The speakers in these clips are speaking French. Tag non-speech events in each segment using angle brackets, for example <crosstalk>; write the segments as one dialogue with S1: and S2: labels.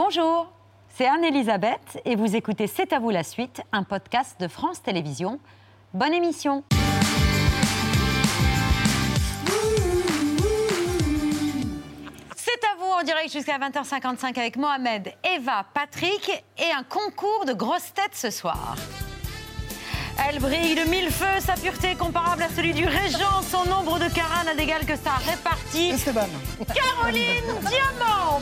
S1: Bonjour, c'est Anne-Elisabeth et vous écoutez C'est à vous la suite, un podcast de France Télévisions. Bonne émission C'est à vous en direct jusqu'à 20h55 avec Mohamed, Eva, Patrick et un concours de grosses têtes ce soir. Elle brille de mille feux, sa pureté est comparable à celui du régent, son nombre de carats n'a d'égal que sa répartie.
S2: Esteban.
S1: Caroline Diamant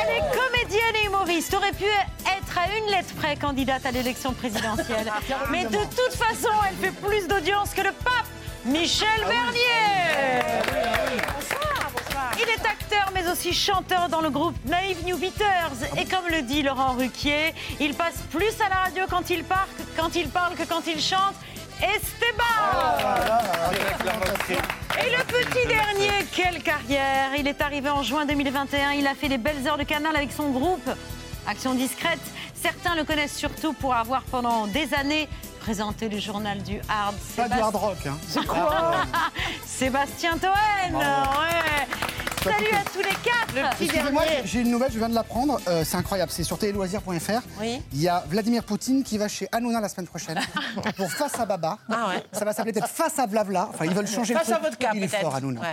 S1: Elle est comédienne et humoriste, aurait pu être à une lettre près candidate à l'élection présidentielle. Mais de toute façon, elle fait plus d'audience que le pape Michel Bernier il est acteur mais aussi chanteur dans le groupe Naive New Beaters et comme le dit Laurent Ruquier, il passe plus à la radio quand il, parle que- quand il parle que quand il chante.
S3: Ah,
S1: Esteban et le petit dernier, quelle carrière Il est arrivé en juin 2021, il a fait les belles heures de canal avec son groupe Action Discrète. Certains le connaissent surtout pour avoir pendant des années présenté le journal du hard.
S2: Pas du hard rock. Hein.
S1: <laughs> Sébastien Toen ouais. Salut à tous les quatre
S2: Excusez-moi, j'ai une nouvelle, je viens de l'apprendre. Euh, c'est incroyable, c'est sur téléloisirs.fr.
S1: Oui.
S2: Il y a Vladimir Poutine qui va chez Hanouna la semaine
S1: <laughs>
S2: prochaine pour Face à Baba.
S1: Ah
S2: Ça va s'appeler peut-être Face à Vlavla. Enfin, ils veulent changer
S4: Face
S2: le
S4: à
S2: truc.
S4: vodka,
S2: Il est
S4: peut-être.
S2: fort, Hanouna.
S4: Ouais.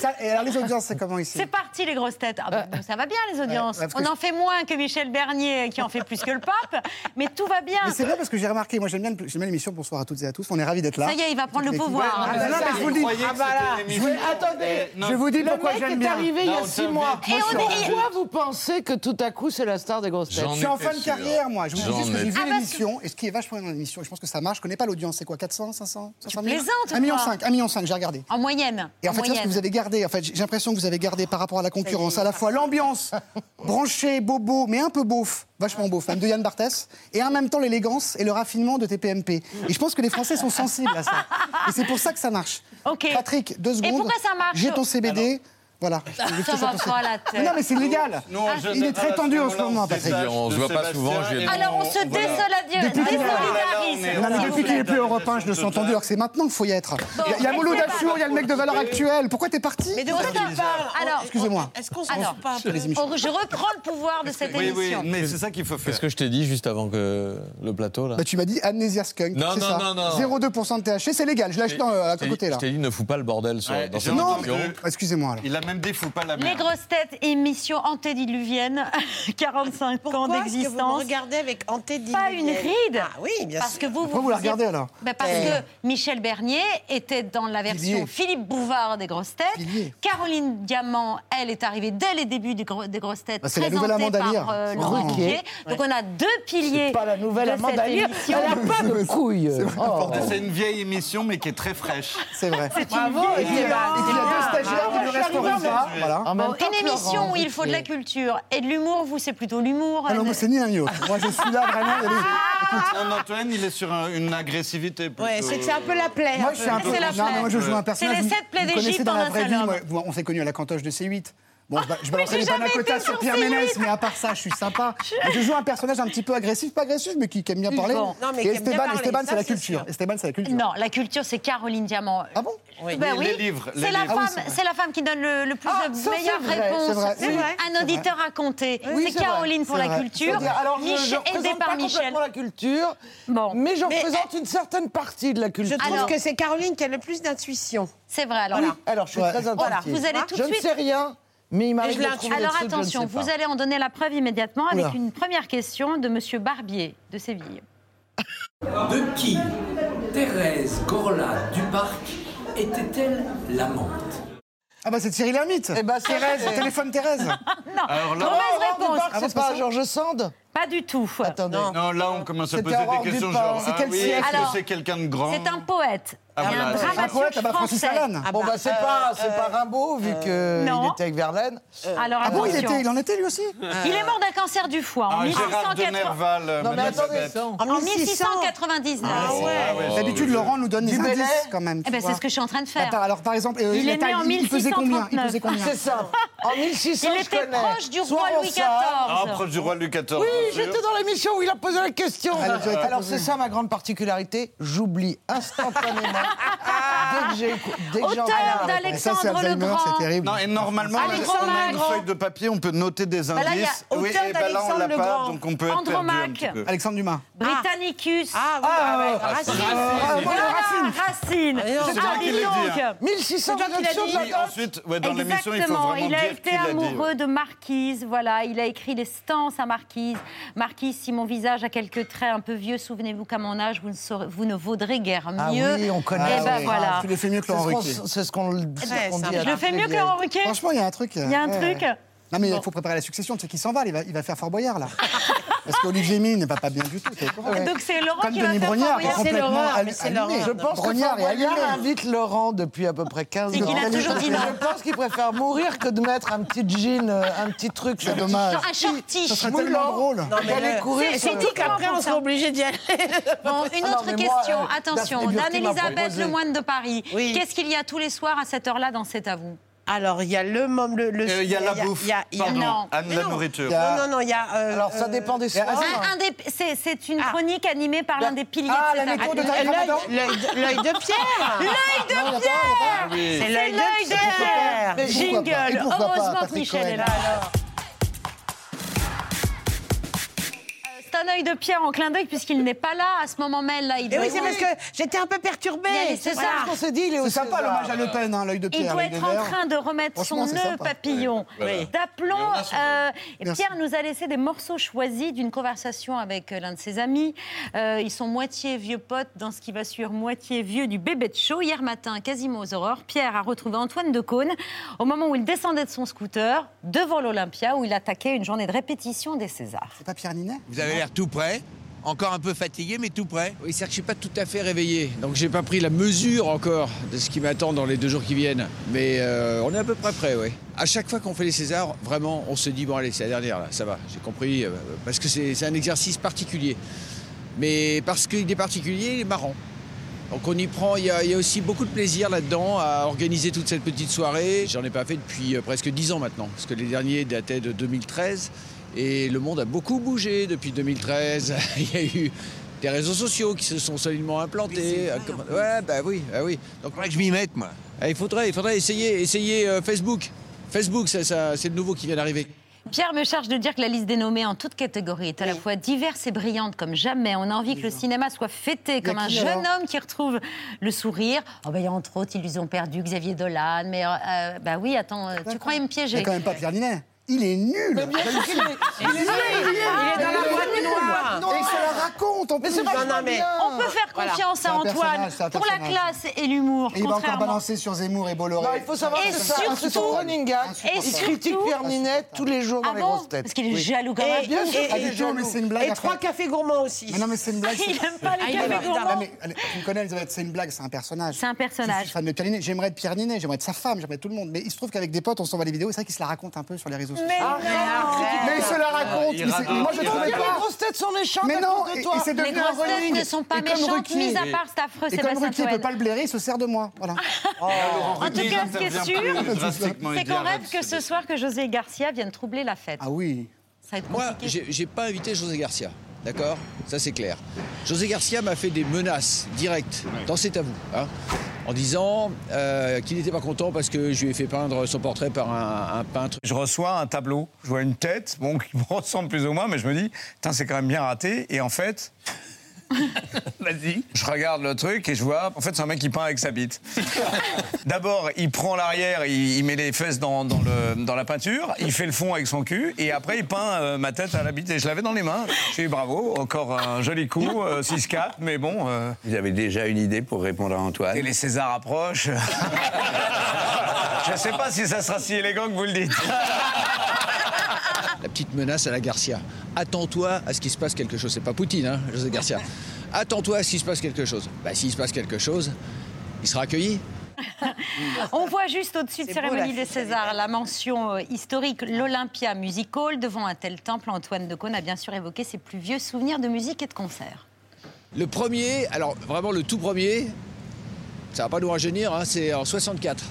S2: Ça, et alors,
S1: <laughs>
S2: les audiences, c'est comment ici
S1: C'est parti les grosses têtes. Ah bah, ça va bien les audiences.
S2: Ouais, ouais, parce
S1: On
S2: que
S1: en fait moins que Michel Bernier qui en fait plus que le pape, mais tout va bien.
S2: Mais c'est bien parce que j'ai remarqué, moi j'aime bien, le- j'aime bien l'émission, bonsoir à toutes et à tous, on est ravis d'être là.
S1: Ça y est, il va prendre le pouvoir.
S2: Ah, bah, non, mais je vous le dis.
S3: Ah bah là,
S2: Je vous-
S4: Attendez,
S2: je vous dis
S4: le
S2: Euh, pourquoi
S4: mec
S2: j'aime
S4: est
S2: bien.
S4: arrivé il y
S3: Non,
S4: a
S3: on
S4: six
S3: te
S4: mois.
S3: met-
S1: Et on est-
S4: Pourquoi vous pensez que tout à coup c'est la star des grosses têtes
S2: Je suis en
S3: étais
S2: fin de
S3: sûr.
S2: carrière, moi. Je vous dis
S3: J'en
S2: juste que j'ai
S3: étais
S2: vu
S1: Ah, parce
S2: l'émission et ce qui est vachement bien dans l'émission, et je pense que ça marche. Je connais pas l'audience, c'est quoi 400, 500 500 000
S1: plaisantes ou
S2: 1,5 million,
S1: quoi
S2: 1,5 million, j'ai regardé.
S1: En moyenne.
S2: Et en fait, c'est ce
S1: moyenne.
S2: que vous avez gardé. En fait, j'ai l'impression que vous avez gardé par rapport à la concurrence à la fois
S1: <laughs>
S2: l'ambiance branchée, bobo, mais un peu beauf, vachement beauf, même de Yann Barthès, et en même temps l'élégance et le raffinement de TPMP. Et je pense que les Français sont sensibles à ça. Et c'est pour ça que ça marche.
S1: Ok.
S2: Patrick, deux
S1: Et
S2: secondes.
S1: pourquoi ça marche
S2: J'ai ton CBD. Voilà. Je vais
S1: Ça
S2: toucher
S1: va
S2: à ton
S1: pas,
S2: CBD.
S1: la tête.
S2: Mais non, mais c'est légal. Il est très tendu en ce moment, Patrick.
S5: On se voit pas souvent, je vais-
S1: Alors on se désole à Dieu,
S2: Depuis qu'il est-
S1: désolidarise.
S3: Non, mais
S2: Non, mais
S1: s'il vous
S2: depuis qu'il
S1: plaît.
S2: est plus européen, je le suis entendu, alors que c'est maintenant qu'il faut y être. Il y a- il y a Mouloud Achour, il y a le mec de valeur actuelle. Pourquoi t'es parti
S4: Mais de quoi tu parles
S1: Alors,
S2: Excusez-moi.
S4: Est-ce qu'on
S1: Alors,
S4: s'en pas
S2: Les émissions.
S1: on- je reprends le pouvoir de cette
S3: Oui, oui,
S1: émission.
S3: mais c'est ça qu'il faut faire.
S5: Qu'est-ce que je t'ai dit juste avant que le plateau là
S2: Bah, tu m'as dit Amnesia Skunk,
S5: Non,
S2: c'est
S5: non,
S2: ça.
S5: non, non.
S2: 0,2% de THC, c'est légal. Je l'ai acheté dans, euh, à
S5: Je t'ai
S2: ton
S5: dit-
S2: côté là.
S5: Je t'ai dit ne fous pas le bordel sur,
S3: Ouais,
S5: dans
S3: j'ai
S5: cette
S2: Non,
S3: entendu.
S5: émission.
S2: mais- excusez-moi. alors.
S3: Il a même des fous pas la
S1: Les
S3: merde.
S1: grosses têtes, émission antédiluvienne, <laughs> 45 ans
S4: Pourquoi est-ce que vous me
S1: d'existence.
S4: regardez avec antédiluvienne
S1: Pas une ride.
S4: Ah oui, bien
S1: Parce
S4: sûr. Euh.
S1: que vous,
S2: Pourquoi vous la regardez alors
S1: Ben, parce que Michel Bernier était dans la version
S2: Pilier.
S1: Philippe Bouvard des grosses têtes.
S2: Pilier.
S1: Caroline Diamant, elle est arrivée dès les débuts des, gro- des grosses têtes.
S2: Bah, c'est la
S1: présentée
S2: nouvelle Amanda
S1: par
S2: Lear.
S1: euh,
S2: C'est
S1: Laurent
S2: marrant.
S1: Ruquier. Donc on a deux piliers.
S4: Pas la nouvelle
S1: de
S4: Amanda
S1: cette
S4: Lear.
S1: émission.
S4: Elle a pas de couilles. Oh.
S3: C'est une vieille émission, mais qui est très fraîche.
S2: C'est vrai. Et
S4: Bravo,
S2: puis il y a
S4: Esteban.
S2: et puis il y a deux
S4: Ah,
S2: stagiaires qui
S4: moi,
S2: ne
S4: je suis arrivée
S2: resteront
S4: en
S2: pas.
S3: même-
S2: Voilà.
S4: En même temps que
S1: Une émission
S4: Laurent hein,
S1: où il faut de la
S4: Ruquier.
S1: culture et de l'humour, vous c'est plutôt l'humour.
S2: Ah non, moi, c'est ni
S1: <laughs>
S2: un ni l'autre. Moi, je suis là vraiment.
S3: <laughs>
S2: il y a des-
S3: Non, Antoine, il est sur un- une agressivité plutôt.
S4: Ouais, c'est que c'est un peu la plaie.
S2: Moi, je suis un peu.
S1: C'est la
S2: Non,
S1: flamme.
S2: mais moi, je joue un
S3: C'est
S2: personnage.
S1: les
S2: vous-
S1: sept plaies
S2: vous
S1: des
S2: connaissez
S1: gîtes
S2: dans
S1: en
S2: la
S1: un
S2: vraie
S1: seul
S2: vie.
S1: homme.
S2: moi, vous- on s'est connus à la cantoche de C8. Bon, je, ba- je balançais
S1: j'ai
S2: les
S1: jamais
S2: panacotas
S1: été
S2: sur
S1: sur
S2: Pierre
S1: C8.
S2: Ménès, mais à part ça, je suis sympa. Mais Je joue un personnage un petit peu agressif, pas agressif, mais qui, qui aime bien parler.
S1: Non,
S4: mais
S2: et
S4: qui aime bien
S2: Esteban,
S4: parler,
S2: Esteban,
S4: ça,
S2: c'est la
S4: c'est
S2: culture.
S4: sûr.
S2: Esteban, c'est la culture.
S1: Non, la culture, c'est Caroline Diamant.
S2: Ah bon
S4: Oui.
S1: Ben
S3: Les-
S1: oui.
S3: les livres, les
S1: C'est la
S3: livres.
S2: Ah oui,
S1: femme,
S2: c'est vrai.
S1: c'est la femme qui donne le, le plus
S4: Ah,
S1: de
S4: ça,
S1: meilleures
S4: c'est vrai,
S2: c'est
S1: réponses.
S2: vrai, c'est
S4: vrai.
S1: Un auditeur à compter.
S4: Oui,
S1: c'est
S4: c'est vrai,
S1: Caroline pour
S2: c'est
S1: la
S2: vrai.
S1: culture.
S2: C'est-à-dire,
S6: Alors, je, je
S1: Mich- aidée
S6: représente
S1: par
S6: pas
S1: Michel.
S6: complètement la culture,
S1: Bon.
S6: mais je
S4: Mais-
S6: représente une certaine partie de la
S4: Je
S6: culture.
S4: trouve
S1: Alors-
S4: que c'est Caroline qui a le plus d'intuition.
S1: C'est vrai, alors.
S4: Voilà.
S6: Alors, je suis
S2: Ouais.
S6: très
S4: Voilà,
S6: attentive.
S1: vous allez tout de
S6: je
S1: suite-
S6: ne sais rien, mais il m'arrive
S4: je
S6: de
S4: l'intuis.
S6: trouver des
S1: Alors
S6: trucs que je ne
S1: attention,
S6: sais pas.
S1: vous allez en donner la preuve immédiatement avec
S2: Oula.
S1: une première question de Monsieur Barbier de Séville.
S7: De qui Thérèse Gorla Duparc était-elle l'amante
S2: Ah bah c'est Thierry Lhermitte
S6: Eh ben, c'est-
S2: Thérèse,
S6: c'est-
S2: téléphone
S1: <laughs>
S2: Thérèse
S1: Non,
S3: Ah, Alors là-
S1: mauvaise
S6: Aurore
S1: réponse.
S6: Duparc,
S2: Ah,
S6: c'est
S2: bon,
S6: pas
S2: c'est ça
S6: Georges Sand
S1: Pas du tout.
S6: Attendez.
S3: Non, là, on commence à
S6: C'était
S3: poser
S6: Aurore
S3: des questions
S6: Dupin.
S3: genre.
S6: C'est
S3: ah
S2: quel
S3: oui,
S2: siècle
S3: est-ce que
S1: Alors-
S3: c'est quelqu'un de grand
S1: C'est un poète.
S3: Ah,
S1: et
S3: voilà,
S1: un
S3: c'est ça.
S2: Un
S1: dramaturge
S2: poète, ah bah Francis
S1: français.
S2: Lalanne
S4: Ah
S6: Bon, bah, c'est pas,
S8: Euh,
S6: c'est pas Rimbaud, vu
S1: euh, non. Euh,
S6: qu'il était avec Verlaine.
S1: Alors
S2: Ah bon, il,
S1: attention.
S2: était, il en était lui aussi
S1: Euh, Ah. Il est mort d'un cancer du foie en
S3: Ah, Gérard de
S1: 1680
S3: Nerval. euh,
S6: Non, mais
S3: Madame
S6: attendez.
S3: Babette.
S1: en 1699.
S4: Ah ouais.
S3: ouais,
S2: Euh, D'habitude,
S3: oui,
S2: Laurent nous donne des
S6: Du Bellay
S2: indices quand même.
S1: Eh
S2: tu
S1: ben,
S2: vois.
S1: c'est ce que je suis en train de
S2: Bah,
S1: faire.
S2: par- Alors par exemple, euh,
S1: Il est né en
S2: taille- il pesait combien Il pesait
S8: Ah,
S2: combien
S6: C'est ça. En 1600,
S1: Ah, Il
S6: je
S1: était
S6: connais.
S1: proche du
S6: Soit
S1: roi
S6: on
S1: Louis XIV.
S6: sort-
S3: Ah, proche du roi Louis XIV.
S6: Oui,
S3: bien sûr.
S6: j'étais dans l'émission où il a posé la question.
S2: Elle a déjà été
S6: Alors
S1: <laughs>
S2: posée.
S6: c'est ça ma grande particularité, j'oublie instantanément dès que j'ai écou- dès que j'ai entendu la
S1: Auteur
S6: réponse.
S2: Et ça,
S1: d'Alexandre
S2: c'est Alzheimer,
S1: le Grand.
S2: c'est terrible. Ah,
S3: Non, et normalement,
S1: Allez,
S3: on a une
S1: Alexandre.
S3: feuille de papier, on peut noter des
S4: là, il y a
S3: indices.
S4: auteur
S3: et ben là, on l'a
S4: d'Alexandre
S3: pas,
S4: Legrand.
S3: donc on peut être perdu un
S1: Andromaque.
S3: petit peu.
S2: Alexandre Dumas.
S1: Britannicus.
S4: Ah, oui, avec Racine.
S1: voilà, Racine.
S4: non,
S1: Ah,
S4: c'est
S3: toi qui
S1: dis
S3: l'ai dit, hein.
S1: donc.
S6: 1600
S4: C'est toi qui l'as
S6: réductions de
S4: dit.
S6: la
S3: Oui,
S6: dot.
S3: ensuite, ouais, dans l'émission, il faut
S1: Exactement,
S3: vraiment
S1: il
S3: dire
S1: a
S3: qui
S1: été
S3: l'a dit.
S1: amoureux de Marquise, voilà, il a écrit les stances à Marquise. Marquise, si mon visage a quelques traits un peu vieux, souvenez-vous qu'à mon âge, vous ne, saurez- vous ne vaudrez guère mieux.
S6: Ah oui, on connaît.
S1: Eh ben
S6: oui.
S1: voilà.
S2: Tu le fais mieux que
S6: C'est ce
S2: Laurent
S6: qu'on-
S2: Ruquier.
S6: C'est ce qu'on le- c'est ce qu'on
S4: ça
S6: dit.
S4: va.
S6: à
S1: Je le fais
S6: toutes les
S1: mieux que
S6: vieilles.
S1: Laurent Ruquier
S2: Franchement, il y a un truc.
S1: Il y a un truc
S2: Non, mais il faut préparer la succession. Tu sais qu'il s'en va, il va, il va faire Fort Boyard,
S1: <laughs>
S2: là. Parce qu'Olivier Mine n'est pas, pas bien du tout. t'es au courant.
S1: Euh, Ah, Donc c'est Laurent
S2: Euh, Comme
S1: qui va
S2: Denis
S1: faire
S2: Brognard,
S1: Fort
S2: est
S1: Boyard.
S4: C'est
S2: complètement
S4: l'horreur, mais
S2: allumé.
S4: c'est l'horreur.
S6: Je pense
S2: Brognard
S6: que
S2: et
S6: Fort Boyard
S2: Allier.
S6: invite Laurent depuis à peu près 15 ans.
S1: Et qu'il a toujours dit non.
S6: Je pense qu'il préfère mourir que de mettre un petit jean, euh, un petit truc.
S2: C'est dommage.
S1: Un shorty.
S2: Ça serait
S6: Moulant.
S2: tellement drôle.
S6: D'aller courir
S1: c'est-
S6: sur
S1: c'est
S6: le-
S1: dit qu'après, on sera
S4: obligé d'y aller.
S1: <laughs> Bon, une
S6: Ah non,
S1: autre
S6: mais moi,
S1: question,
S6: euh,
S1: attention,
S6: Daphné Burki m'a
S1: d'Anne-Elisabeth
S6: proposé.
S1: Lemoine de Paris.
S4: Oui.
S1: Qu'est-ce qu'il y a tous les soirs à cette heure-là dans C'est à vous
S4: Alors, il y a le môme, le. le-
S3: Euh, Il y a la bouffe,
S4: il y a- il y a-
S3: pardon,
S1: Non.
S3: Anne
S4: Mais
S3: la
S4: non.
S3: nourriture.
S4: Non, non, non, il y a. euh,
S6: Alors ça
S4: euh,
S6: dépend des soirs.
S1: Un- un des- c'est- C'est une
S4: Ah. Ben,
S1: chronique animée par l'un des piliers
S6: Ah,
S1: de
S6: la
S1: C'est à
S6: méthode
S1: vous.
S6: de ta-
S4: L'œil l'œil- l'œil de <laughs> Pierre C'est l'œil de Pierre
S6: Mais
S2: pourquoi pas Et
S1: Jingle
S2: pourquoi pas,
S1: Heureusement que
S2: Patrick
S1: Michel
S2: Cohen.
S1: est là alors. Euh, C'est un œil de Pierre en clin d'œil puisqu'il n'est pas là à ce moment même. Là, il
S4: Et
S1: doit
S4: oui,
S1: être-
S4: c'est parce que j'étais un peu perturbée.
S1: Il y a- c'est ça.
S4: Voilà.
S6: On s'est dit, il est
S2: C'est
S6: au
S2: sympa
S6: César.
S2: l'hommage à Le Pen, hein, l'œil de
S1: Il
S2: Pierre.
S1: doit
S2: avec des
S1: être en
S2: verres.
S1: train de remettre son
S2: Franchement,
S1: nœud
S2: c'est sympa.
S1: papillon. D'aplomb, euh, et Pierre nous a laissé des morceaux choisis d'une conversation avec euh, l'un de ses amis. Euh, ils sont moitié vieux potes dans ce qui va suivre moitié vieux du bébé de show. Hier matin, quasiment aux aurores, Pierre a retrouvé Antoine Decaune au moment où il descendait de son scooter devant l'Olympia où il attaquait une journée de répétition des Césars.
S2: C'est pas Pierre Ninet
S9: Vous avez l'air tout prêt, encore un peu fatigué, mais tout prêt.
S10: Oui, c'est-à-dire que je suis pas tout à fait réveillé, donc j'ai pas pris la mesure encore de ce qui m'attend dans les deux jours qui viennent. Mais euh, on est à peu près prêt, oui. À chaque fois qu'on fait les Césars, vraiment, on se dit bon allez, c'est la dernière là, ça va, j'ai compris, euh, parce que c'est c'est un exercice particulier. Mais parce qu'il est particulier, il est marrant. Donc on y prend, il y, a- il y a aussi beaucoup de plaisir là-dedans à organiser toute cette petite soirée. J'en ai pas fait depuis euh, presque 10 ans maintenant, parce que les derniers dataient de 2013. Et le monde a beaucoup bougé depuis 2013. <laughs> il y a eu des réseaux sociaux qui se sont solidement implantés. Euh, comme- Ouais, bah oui, bah oui. Donc
S9: Faudrait que je m'y mette, moi.
S10: eh, il faudrait, il faudrait essayer, essayer euh, Facebook. Facebook, ça- ça- c'est le nouveau qui vient d'arriver.
S1: Pierre me charge de dire que la liste des nommés en toute catégorie est à la fois diverse et brillante comme jamais. On a envie que le cinéma soit fêté comme un
S2: qui,
S1: jeune
S2: alors
S1: homme qui retrouve le sourire. Oh ben, il y a entre autres, ils lui ont perdu Xavier Dolan. Mais euh, euh, bah oui, attends, euh, tu croyais me
S2: C'est
S1: piéger.
S2: quand même pas Pierre Ninet. Il est nul
S4: Il est dans la boîte noire.
S2: Et ça la raconte en
S6: Mais
S2: plus
S6: c'est
S4: Non, non,
S6: pas
S4: mais-
S1: On peut faire
S4: Voilà.
S1: confiance
S2: C'est un
S1: à Antoine
S2: personnage, c'est un
S1: pour la
S2: personnage.
S1: classe et l'humour.
S2: Et il va encore
S1: contrairement-
S2: balancer sur Zemmour et Bolloré.
S6: Non, il faut savoir
S1: Et
S6: que c'est un- c'est son
S1: surtout-
S6: running gag.
S1: et
S6: Il critique
S1: surtout-
S6: Pierre Ninet tous les jours dans
S1: Ah
S6: les
S1: bon
S6: grosses têtes.
S1: Parce qu'il est
S6: Oui.
S1: jaloux comme un
S2: bien sûr, pas
S4: et-
S2: du tout, mais c'est une blague
S4: et
S2: à
S4: trois
S2: faire.
S4: cafés gourmands aussi.
S2: Mais non, mais c'est une blague.
S1: Il aime pas les
S4: Ah, <laughs> il
S1: cafés
S4: aime pas.
S1: gourmands.
S2: Non, mais, allez, tu me connais, Elisabeth, c'est une blague, c'est un personnage.
S1: C'est un personnage.
S2: Je suis fan de Pierre Ninet. J'aimerais être Pierre Ninet, j'aimerais être sa femme, j'aimerais être tout le monde. Mais il se trouve qu'avec des potes, on s'envoie des vidéos et c'est vrai qu'il se la raconte un peu sur les réseaux sociaux.
S1: Mais non.
S2: Mais il se la raconte mais c'est- Moi, je
S6: Mais
S2: trouvais
S6: les
S2: pas
S6: grosses têtes sont méchantes
S2: Mais
S6: à
S2: non,
S6: cause de
S2: et-
S6: toi.
S2: et c'est
S1: Les
S2: devenu un
S1: grosses têtes
S2: running.
S1: ne sont pas
S2: Et comme
S1: méchantes,
S2: Ruquier-
S1: mis à part cet affreux
S2: Et comme
S1: Sébastien
S2: Ruquier ne peut
S1: Toen.
S2: pas le blairer, il se sert de moi. Voilà.
S1: <laughs> En tout cas, ce qui est
S9: Ah,
S1: sûr, c'est qu'on rêve que ce
S3: soit...
S1: soir que José Garcia vienne troubler la fête.
S2: Ah oui.
S1: Ça va être
S10: Moi,
S1: compliqué.
S10: j'ai j'ai pas invité José Garcia, d'accord Ça, c'est clair. José Garcia m'a fait des menaces directes dans C'est à vous, hein, en disant euh, qu'il n'était pas content parce que je lui ai fait peindre son portrait par un- un peintre
S11: Je reçois un tableau, je vois une tête, bon, <laughs> qui me ressemble plus ou moins, mais je me dis, putain, c'est quand même bien raté. Et en fait. <laughs> Vas-y. Je regarde le truc et je vois, en fait, c'est un mec qui peint avec sa bite. <laughs> D'abord, il prend l'arrière, il, il met les fesses dans, dans le, dans la peinture, il fait le fond avec son cul, et après, il peint euh, ma tête à la bite. Et je l'avais dans les mains. Je dis bravo, encore un joli coup, euh, 6-4, mais bon. euh,
S9: Vous avez déjà une idée pour répondre à
S11: et
S9: Antoine
S11: les Césars approchent. <laughs> je sais pas si ça sera si élégant ah, que vous le dites.
S10: La petite menace à la Garcia. Attends-toi à ce qu'il se passe quelque chose. C'est pas Poutine, hein, José Garcia. Attends-toi à ce qu'il se passe quelque chose. Bah, s'il se passe quelque chose, il sera accueilli.
S1: On voit juste au-dessus de
S4: C'est
S1: cérémonie
S4: beau,
S1: des
S4: la
S1: Césars la mention euh, historique l'Olympia Music Hall. Devant un tel temple, Antoine Decaune a bien sûr évoqué ses plus vieux souvenirs de musique et de concerts.
S10: Le premier, alors vraiment le tout premier, ça va pas nous rajeunir, hein, c'est en 64.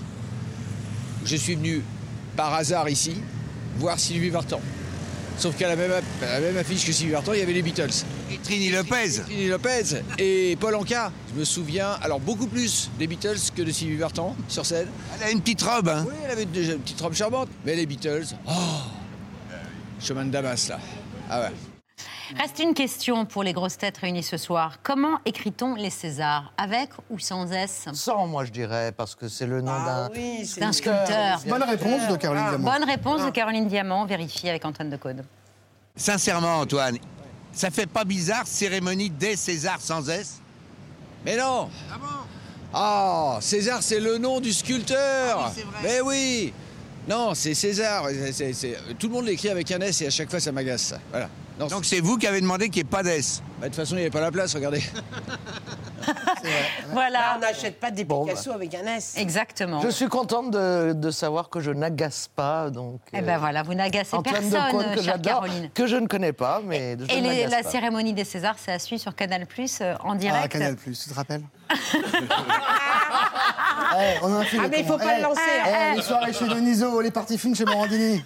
S10: Je suis venu par hasard ici voir Sylvie Vartan. Sauf qu'à la même, à la même affiche que Sylvie Vartan, il y avait les Beatles.
S9: Et Trini Lopez
S10: Trini Lopez et Paul Anka. Je Je me souviens, alors beaucoup plus des Beatles que de Sylvie Vartan sur scène.
S11: Elle a une petite robe, hein
S10: Oui, elle avait déjà une petite robe charmante. Mais les Beatles, oh Chemin de Damas, là. Ah ouais.
S1: Reste une question pour les grosses têtes réunies ce soir. Comment écrit-on les Césars Avec ou sans S
S8: Sans, moi, je dirais, parce que c'est le nom
S4: Ah
S8: d'un...
S1: C'est un sculpteur. Ah.
S2: Bonne réponse de Caroline Diamant.
S1: Bonne réponse
S4: Ah.
S1: de Caroline Diamant, vérifiée avec Antoine Decaude.
S11: Sincèrement, Antoine, ça fait pas bizarre, cérémonie des Césars sans S
S10: Mais non Ah, César, c'est le nom du sculpteur
S11: Ah
S10: Mais oui Non, c'est César. C'est- c'est- c'est- euh, Tout le monde l'écrit avec un S et à chaque fois, ça m'agace, ça. Voilà.
S11: Donc c'est vous qui avez demandé qu'il n'y ait pas d'S
S10: Bah, de toute façon, il n'y avait pas la place, regardez.
S1: Voilà.
S4: on n'achète pas des Picasso avec <laughs> un S.
S1: Exactement.
S8: Je suis contente de, de savoir que je n'agace pas, donc...
S1: Eh ben voilà, vous n'agacez
S8: Antoine de
S1: personne,
S8: que
S1: chère
S8: j'adore,
S1: Caroline.
S8: que je ne connais pas, mais je
S1: Et les-
S8: n'agace
S1: la
S8: pas.
S1: cérémonie des Césars, c'est à suivre sur Canal Plus euh, en direct.
S2: Ah, Canal+, tu
S1: <laughs>
S2: te rappelles Eh, on a un film.
S4: Ah, mais il faut pas le lancer, hein.
S2: les soirées chez Deniso, les parties fines chez Morandini.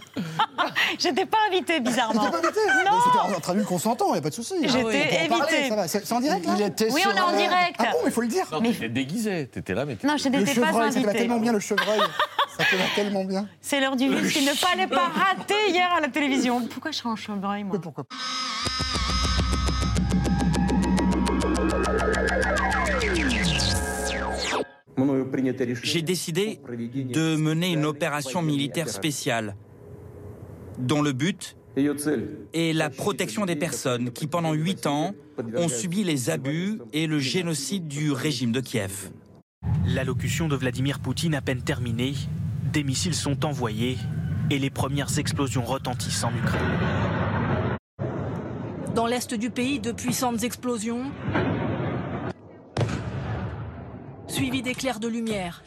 S1: J'étais pas invitée, bizarrement.
S2: T'es pas invité
S1: Non.
S4: Bah,
S2: C'était entre adultes qu'on s'entend, y a pas de souci. hein.
S1: J'étais
S2: On peut en parler,
S1: évitée.
S2: ça va. C'est c'est en direct là
S8: Il était
S1: Oui,
S8: sur
S1: on est en
S8: un-
S1: direct.
S2: Ah bon, mais faut le dire.
S12: Non, t'étais déguisé, t'étais là, mais t'étais-
S1: Non, je
S2: Le
S1: n'étais pas
S2: chevreuil, ça te va
S1: invitée.
S2: tellement bien le chevreuil. Ça te va tellement bien.
S1: C'est l'heure du luxe. Il ne fallait pas rater hier à la télévision. Pourquoi je serais en chevreuil, moi
S2: Pourquoi pas
S13: J'ai décidé de mener une opération militaire spéciale dont le but est la protection des personnes qui, pendant huit ans, ont subi les abus et le génocide du régime de Kiev.
S14: L'allocution de Vladimir Poutine à peine terminée, des missiles sont envoyés et les premières explosions retentissent en Ukraine.
S15: Dans l'est du pays, de puissantes explosions, suivies d'éclairs de lumière.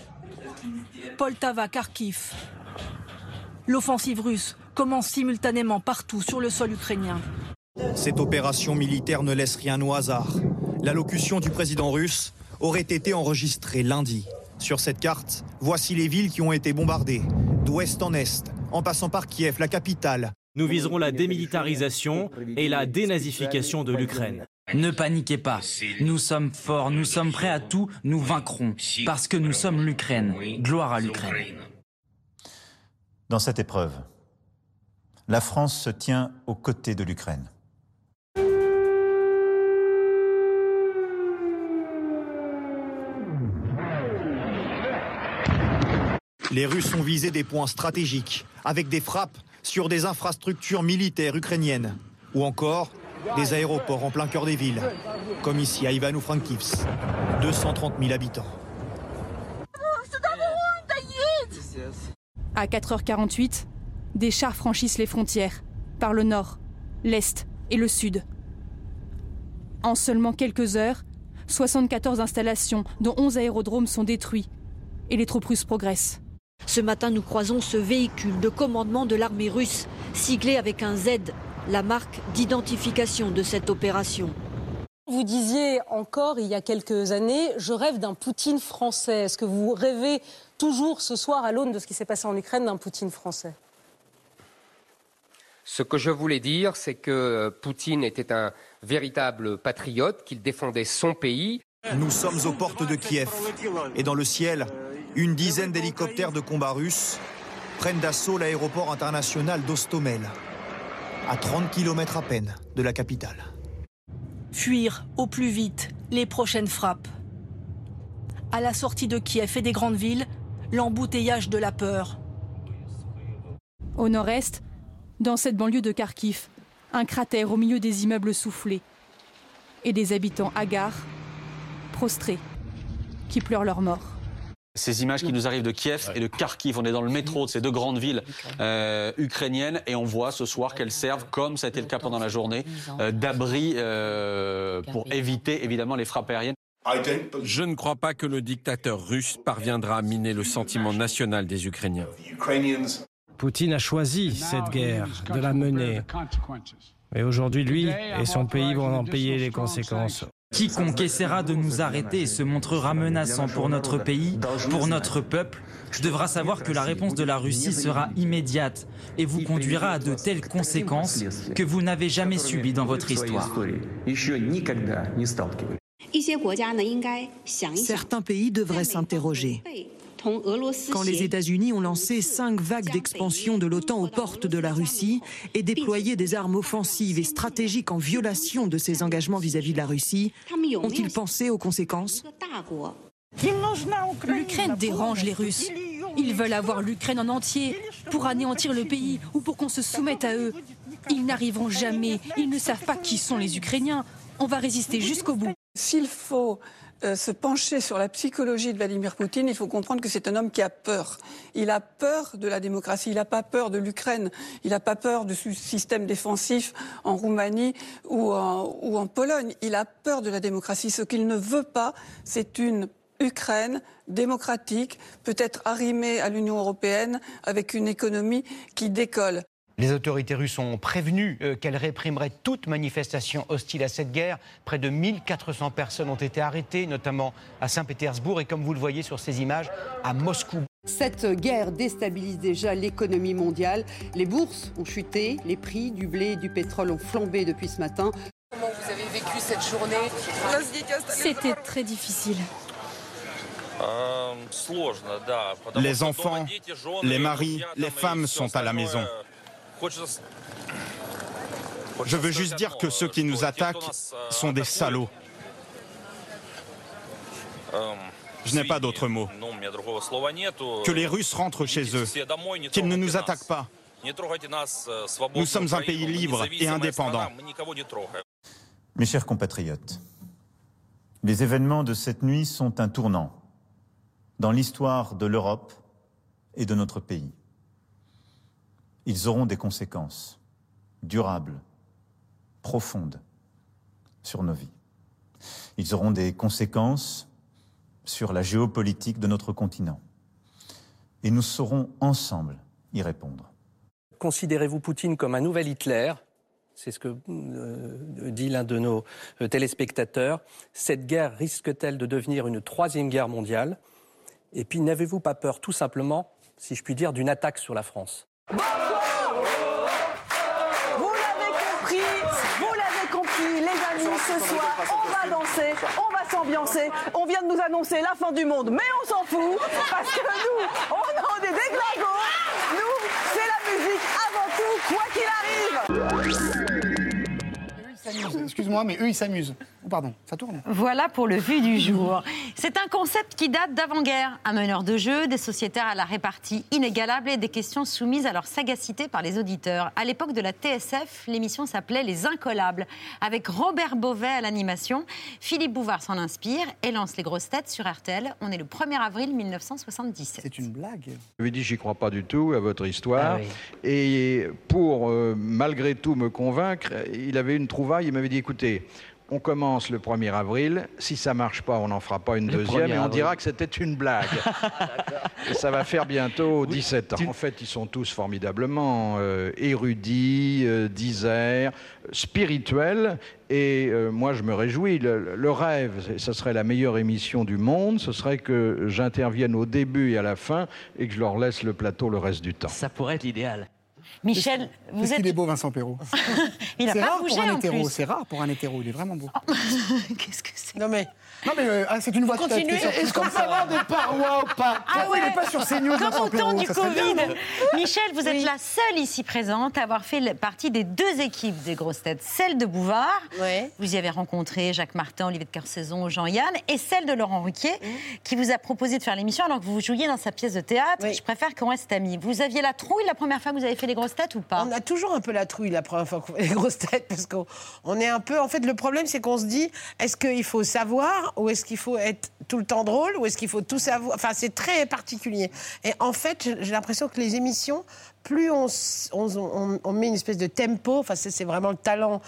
S15: Poltava, Kharkiv. L'offensive russe commence simultanément partout sur le sol ukrainien.
S16: Cette opération militaire ne laisse rien au hasard. L'allocution du président russe aurait été enregistrée lundi. Sur cette carte, voici les villes qui ont été bombardées, d'ouest en est, en passant par Kiev, la capitale.
S14: Nous viserons la démilitarisation et la dénazification de l'Ukraine.
S13: Ne paniquez pas. Nous sommes forts, nous sommes prêts à tout, nous vaincrons. Parce que nous sommes l'Ukraine. Gloire à l'Ukraine.
S17: Dans cette épreuve, la France se tient aux côtés de l'Ukraine.
S16: Les Russes ont visé des points stratégiques, avec des frappes sur des infrastructures militaires ukrainiennes, ou encore des aéroports en plein cœur des villes, comme ici à Ivano-Frankivsk, 230 000 habitants.
S15: À 4h48, des chars franchissent les frontières, par le nord, l'est et le sud. En seulement quelques heures, 74 installations, dont 11 aérodromes, sont détruits, et les troupes russes progressent.
S18: Ce matin, nous croisons ce véhicule de commandement de l'armée russe, siglé avec un Z, la marque d'identification de cette opération.
S19: Vous disiez encore il y a quelques années, je rêve d'un Poutine français. Est-ce que vous rêvez toujours ce soir à l'aune de ce qui s'est passé en Ukraine d'un Poutine français
S20: Ce que je voulais dire, c'est que euh, Poutine était un véritable patriote, qu'il défendait son pays.
S17: Nous sommes aux portes de Kiev.
S16: Et dans le ciel, une dizaine d'hélicoptères de combat russes prennent d'assaut l'aéroport international d'Ostomel, à 30 km à peine de la capitale.
S15: Fuir au plus vite les prochaines frappes. À la sortie de Kiev et des grandes villes, l'embouteillage de la peur. Au nord-est, dans cette banlieue de Kharkiv, un cratère au milieu des immeubles soufflés et des habitants hagards, prostrés, qui pleurent leur mort.
S21: Ces images qui nous arrivent de Kiev et de Kharkiv, on est dans le métro de ces deux grandes villes euh, ukrainiennes et on voit ce soir qu'elles servent, comme ça a été le cas pendant la journée, euh, d'abri euh, pour éviter évidemment les frappes aériennes.
S22: Je ne crois pas que le dictateur russe parviendra à miner le sentiment national des Ukrainiens.
S23: Poutine a choisi cette guerre, de la mener. Et aujourd'hui, lui et son pays vont en payer les conséquences.
S20: Quiconque essaiera de nous arrêter et se montrera menaçant pour notre pays, pour notre peuple, devra savoir que la réponse de la Russie sera immédiate et vous conduira à de telles conséquences que vous n'avez jamais subies dans votre histoire.
S24: Certains pays devraient s'interroger. Quand les États-Unis ont lancé cinq vagues d'expansion de l'OTAN aux portes de la Russie et déployé des armes offensives et stratégiques en violation de ses engagements vis-à-vis de la Russie, ont-ils pensé aux conséquences
S15: L'Ukraine dérange les Russes. Ils veulent avoir l'Ukraine en entier pour anéantir le pays ou pour qu'on se soumette à eux. Ils n'arriveront jamais. Ils ne savent pas qui sont les Ukrainiens. On va résister jusqu'au bout.
S6: S'il faut euh, se pencher sur la psychologie de Vladimir Poutine, il faut comprendre que c'est un homme qui a peur. Il a peur de la démocratie, il n'a pas peur de l'Ukraine, il n'a pas peur du su- système défensif en Roumanie ou en, ou en Pologne. Il a peur de la démocratie. Ce qu'il ne veut pas, c'est une Ukraine démocratique, peut-être arrimée à l'Union européenne, avec une économie qui décolle.
S8: Les autorités russes ont prévenu euh, qu'elles réprimeraient toute manifestation hostile à cette guerre. Près de 1400 personnes ont été arrêtées, notamment à Saint-Pétersbourg et comme vous le voyez sur ces images, à Moscou.
S25: Cette guerre déstabilise déjà l'économie mondiale. Les bourses ont chuté, les prix du blé et du pétrole ont flambé depuis ce matin.
S19: Comment vous avez vécu cette journée
S15: C'était très difficile.
S26: Les enfants, les maris, les femmes sont à la maison. Je veux juste dire que ceux qui nous attaquent sont des salauds. Je n'ai pas d'autre mot. Que les Russes rentrent chez eux, qu'ils ne nous attaquent pas. Nous sommes un pays libre et indépendant.
S17: Mes chers compatriotes, les événements de cette nuit sont un tournant dans l'histoire de l'Europe et de notre pays. Ils auront des conséquences durables, profondes, sur nos vies. Ils auront des conséquences sur la géopolitique de notre continent. Et nous saurons ensemble y répondre.
S27: Considérez-vous Poutine comme un nouvel Hitler C'est ce que euh, dit l'un de nos euh, téléspectateurs. Cette guerre risque-t-elle de devenir une troisième guerre mondiale Et puis n'avez-vous pas peur, tout simplement, si je puis dire, d'une attaque sur la France
S19: Vous l'avez compris, vous l'avez compris, les amis, ce soir, on va danser, on va s'ambiancer. On vient de nous annoncer la fin du monde, mais on s'en fout, parce que nous, on est des déglingos. Nous, c'est la musique avant tout, quoi qu'il arrive.
S2: Excuse-moi, mais eux, ils s'amusent. Oh, pardon, ça tourne.
S1: Voilà pour le vu du jour. C'est un concept qui date d'avant-guerre. Un meneur de jeu, des sociétaires à la répartie inégalable et des questions soumises à leur sagacité par les auditeurs. À l'époque de la TSF, l'émission s'appelait Les Incollables, avec Robert Beauvais à l'animation. Philippe Bouvard s'en inspire et lance les grosses têtes sur RTL. On est le 1er avril 1977. C'est
S2: une blague.
S28: Je lui ai dit, j'y crois pas du tout à votre
S27: Ah
S28: histoire. Et pour, euh, malgré tout, me convaincre, il avait une trouvaille. Il m'avait dit, écoutez, on commence le 1er avril. Si ça marche pas, on n'en fera pas une
S27: Le
S28: deuxième.
S27: 1er
S28: Et on
S27: avril.
S28: dira que c'était une blague. et ça va faire bientôt 17 ans. En fait, ils sont tous formidablement euh, érudits, euh, disers, spirituels. Et euh, moi, je me réjouis. Le, le rêve, c'est- ce serait la meilleure émission du monde. Ce serait que j'intervienne au début et à la fin et que je leur laisse le plateau le reste du temps. Ça pourrait être l'idéal.
S1: Michel, vous
S2: Qu'est-ce
S1: êtes.
S2: qu'il est beau, Vincent Perrault.
S1: <laughs> Il a
S2: C'est
S1: pas
S2: rare
S1: bougé
S2: pour un
S1: en
S2: hétéro,
S1: plus.
S2: c'est rare pour un hétéro, il est vraiment beau.
S1: Qu'est-ce que c'est
S2: Non mais, non mais euh, ah, c'est une voix de tête,
S1: Continuez.
S2: t'es surpris
S1: Est-ce qu'on
S2: comme
S1: peut
S2: ça.
S1: avoir des parois ou pas Ah
S2: Pourquoi il
S1: ouais.
S2: n'est pas sur CNews,
S1: Comme
S2: Vincent
S1: au temps
S2: Perrault,
S1: du
S2: ça serait bien,
S1: Covid.
S2: non
S1: Michel, vous êtes la seule ici présente à avoir fait le- partie des deux équipes des grosses têtes, celle de Bouvard. Vous y avez rencontré Jacques Martin, Olivier de Carcezon, Jean-Yann, et celle de Laurent Ruquier, qui vous a proposé de faire l'émission alors que vous jouiez dans sa pièce de théâtre. Je préfère qu'on reste amis. Vous aviez la trouille la première fois que vous avez fait les grosses têtes ou pas
S4: On a toujours un peu la trouille la première fois qu'on fait les grosses têtes parce qu'on on est un peu. En fait, le problème, c'est qu'on se dit est-ce qu'il faut savoir ou est-ce qu'il faut être tout le temps drôle ou est-ce qu'il faut tout savoir Enfin, c'est très particulier. Et en fait, j'ai- j'ai l'impression que les émissions. Plus on, s- on- on- on met une espèce de tempo, enfin c'est c'est vraiment le talent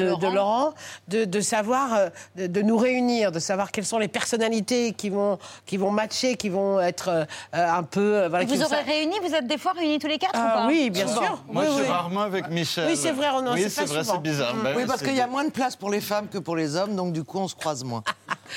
S1: De
S4: de
S1: Laurent.
S4: Laurent, de, de savoir, euh, de, de nous réunir, de savoir quelles sont les personnalités qui vont, qui vont matcher, qui vont être euh, un peu... euh, voilà, qui
S1: Vous
S4: vont
S1: aurez
S4: sa-
S1: réuni, vous êtes des fois réunis tous les quatre ou
S4: Ah
S1: pas
S4: oui, bien
S1: Souvent.
S4: sûr.
S3: Moi,
S4: Oui,
S3: je suis
S4: oui.
S3: rarement avec Michel.
S4: Oui, c'est vrai, Renan,
S3: Oui,
S4: c'est
S3: c'est
S4: pas
S3: vrai,
S4: souvent.
S3: c'est bizarre.
S4: Mm.
S3: Ben
S29: oui,
S3: oui,
S29: parce
S3: c'est
S1: <laughs>
S29: qu'il y a moins de place pour les femmes que pour les hommes, donc du coup, on se croise moins.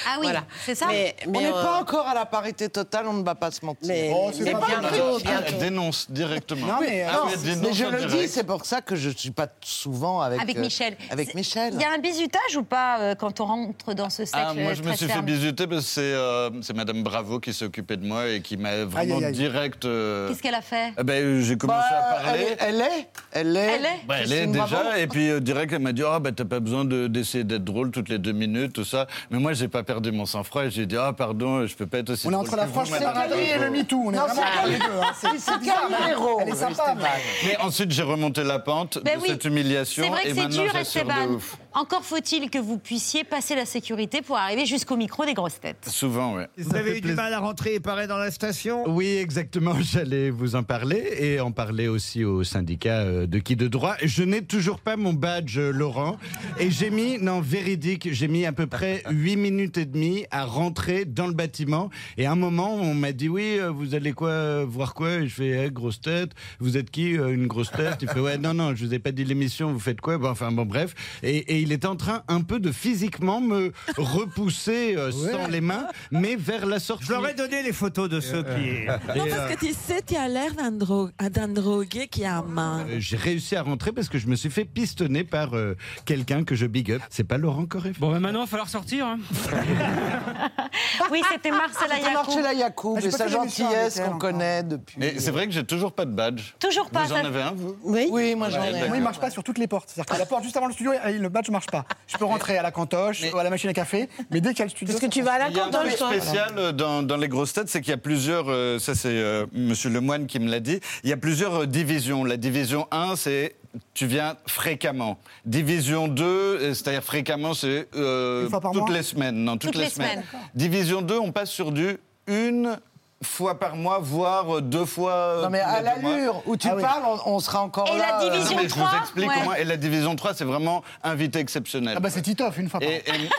S1: Ah oui, c'est ça.
S8: Mais,
S1: Mais
S8: on n'est
S1: on-
S8: pas encore à la parité totale, on ne va pas se mentir. Mais,
S1: Oh, c'est mais pas bientôt,
S3: bientôt, bientôt. Elle dénonce directement.
S8: Ah, Non, mais,
S3: Ah
S8: non,
S3: oui, elle dénonce
S8: mais je
S3: en
S8: le dis,
S3: direct.
S8: c'est pour ça que je ne suis pas souvent avec,
S1: Avec
S8: euh,
S1: Michel.
S8: Avec Michel.
S1: Il y a un bizutage ou pas euh, quand on rentre dans ce cercle
S3: Ah, moi, je me
S1: très
S3: suis fait
S1: ferme
S3: bisuter parce que c'est euh, c'est Madame Bravo qui s'est occupée de moi et qui m'a vraiment
S1: aïe, aïe.
S3: direct. euh,
S1: Qu'est-ce qu'elle a fait
S3: eh ben, j'ai commencé
S2: Bah,
S3: à parler.
S8: Bah, Elle est Elle est
S1: Elle est
S3: Bah, elle est
S8: Christine
S3: déjà,
S8: Bravo.
S3: et puis euh, direct, elle m'a dit Ah, bah, t'as pas besoin de- d'essayer d'être drôle toutes les deux minutes, tout ça. Mais moi, j'ai pas perdu mon sang-froid, et j'ai dit Ah, pardon, je peux pas être aussi.
S2: On est
S3: drôle
S2: entre la
S3: que vous,
S2: franche
S3: madame
S2: sécurité et le
S3: Bravo.
S2: MeToo. On est
S8: Non,
S2: vraiment
S8: c'est-
S2: entre les deux. hein. C'est-
S8: C'est
S2: C'est bizarre. mais
S8: Calmero,
S2: Elle est sympa. mais-
S3: Mais ensuite, j'ai remonté la pente
S1: Ben
S3: de
S1: oui.
S3: cette humiliation,
S1: C'est vrai
S3: et
S1: que c'est
S3: maintenant,
S1: dur,
S3: j'assure de
S1: Esteban.
S3: ouf.
S1: Encore faut-il que vous puissiez passer la sécurité pour arriver jusqu'au micro des grosses têtes.
S3: Souvent, ouais.
S30: Vous avez eu du mal à rentrer, il paraît, dans la station Oui, exactement, <laughs> j'allais vous en parler et en parler aussi au syndicat euh, de qui de droit. Je n'ai toujours pas mon badge, euh, Laurent, et j'ai mis, non, véridique, j'ai mis à
S3: <laughs>
S30: peu près 8 minutes et demie à rentrer dans le bâtiment. Et à un moment, on m'a dit, oui, euh, vous allez quoi, euh, voir quoi Et je fais, eh, grosse tête, vous êtes qui euh, Une grosse tête Il fait, ouais, non, non, je vous ai pas dit l'émission, vous faites quoi Bon, Enfin, bon, bref. Et, et il est en train un peu de physiquement me repousser euh, sans
S31: Ouais.
S30: les mains, mais vers la sortie. Euh, Je leur ai donné les photos de ceux qui.
S31: Non, parce
S3: euh,
S31: que tu sais, tu as l'air d'un dro- d'un drogué qui a un main.
S30: euh, J'ai réussi à rentrer parce que je me suis fait pistonner par euh, quelqu'un que je big up. C'est pas Laurent Corrève. Bon, bah, maintenant, il va falloir sortir. hein.
S1: Oui, c'était Marcela
S8: <laughs> C'était
S1: Yacoub.
S8: Marcela
S2: Ah,
S8: Yacoub, et sa gentillesse qu'on connaît depuis. euh,
S3: Mais c'est vrai que j'ai toujours pas de badge.
S1: Toujours
S3: Vous en avez un, vous
S2: Oui,
S3: moi, j'en ai un.
S2: Moi, il marche pas sur toutes les portes. C'est-à-dire que la porte juste avant le studio, elle- le badge marche pas. Je peux rentrer à la cantoche, ou à la machine à café, mais dès qu'il y a le studio. Parce que tu vas à
S3: Il y a un truc spécial euh, dans, dans les grosses têtes, c'est qu'il y a plusieurs, euh, ça c'est euh, Monsieur Lemoine qui me l'a dit, il y a plusieurs euh, divisions. La division 1, c'est tu viens fréquemment. Division 2, euh, c'est-à-dire fréquemment, c'est euh,
S2: Une fois par
S3: toutes
S2: mois
S3: les semaines. Non, toutes,
S2: Toutes
S3: les,
S2: les
S3: semaines.
S2: semaines.
S3: Division 2, on passe sur du une fois par mois, voire euh, deux fois. euh,
S8: Non, mais
S3: tous les
S8: à
S3: deux mois. Ah
S8: l'allure où tu parles, on, on sera encore
S3: Et
S8: là.
S3: la
S8: euh,
S3: division mais je vous
S8: 3,
S3: explique
S8: ouais.
S3: au moins. Et la division 3, c'est vraiment invité exceptionnel.
S2: Ah bah c'est Titoff une fois par
S3: Et- et-
S2: <laughs>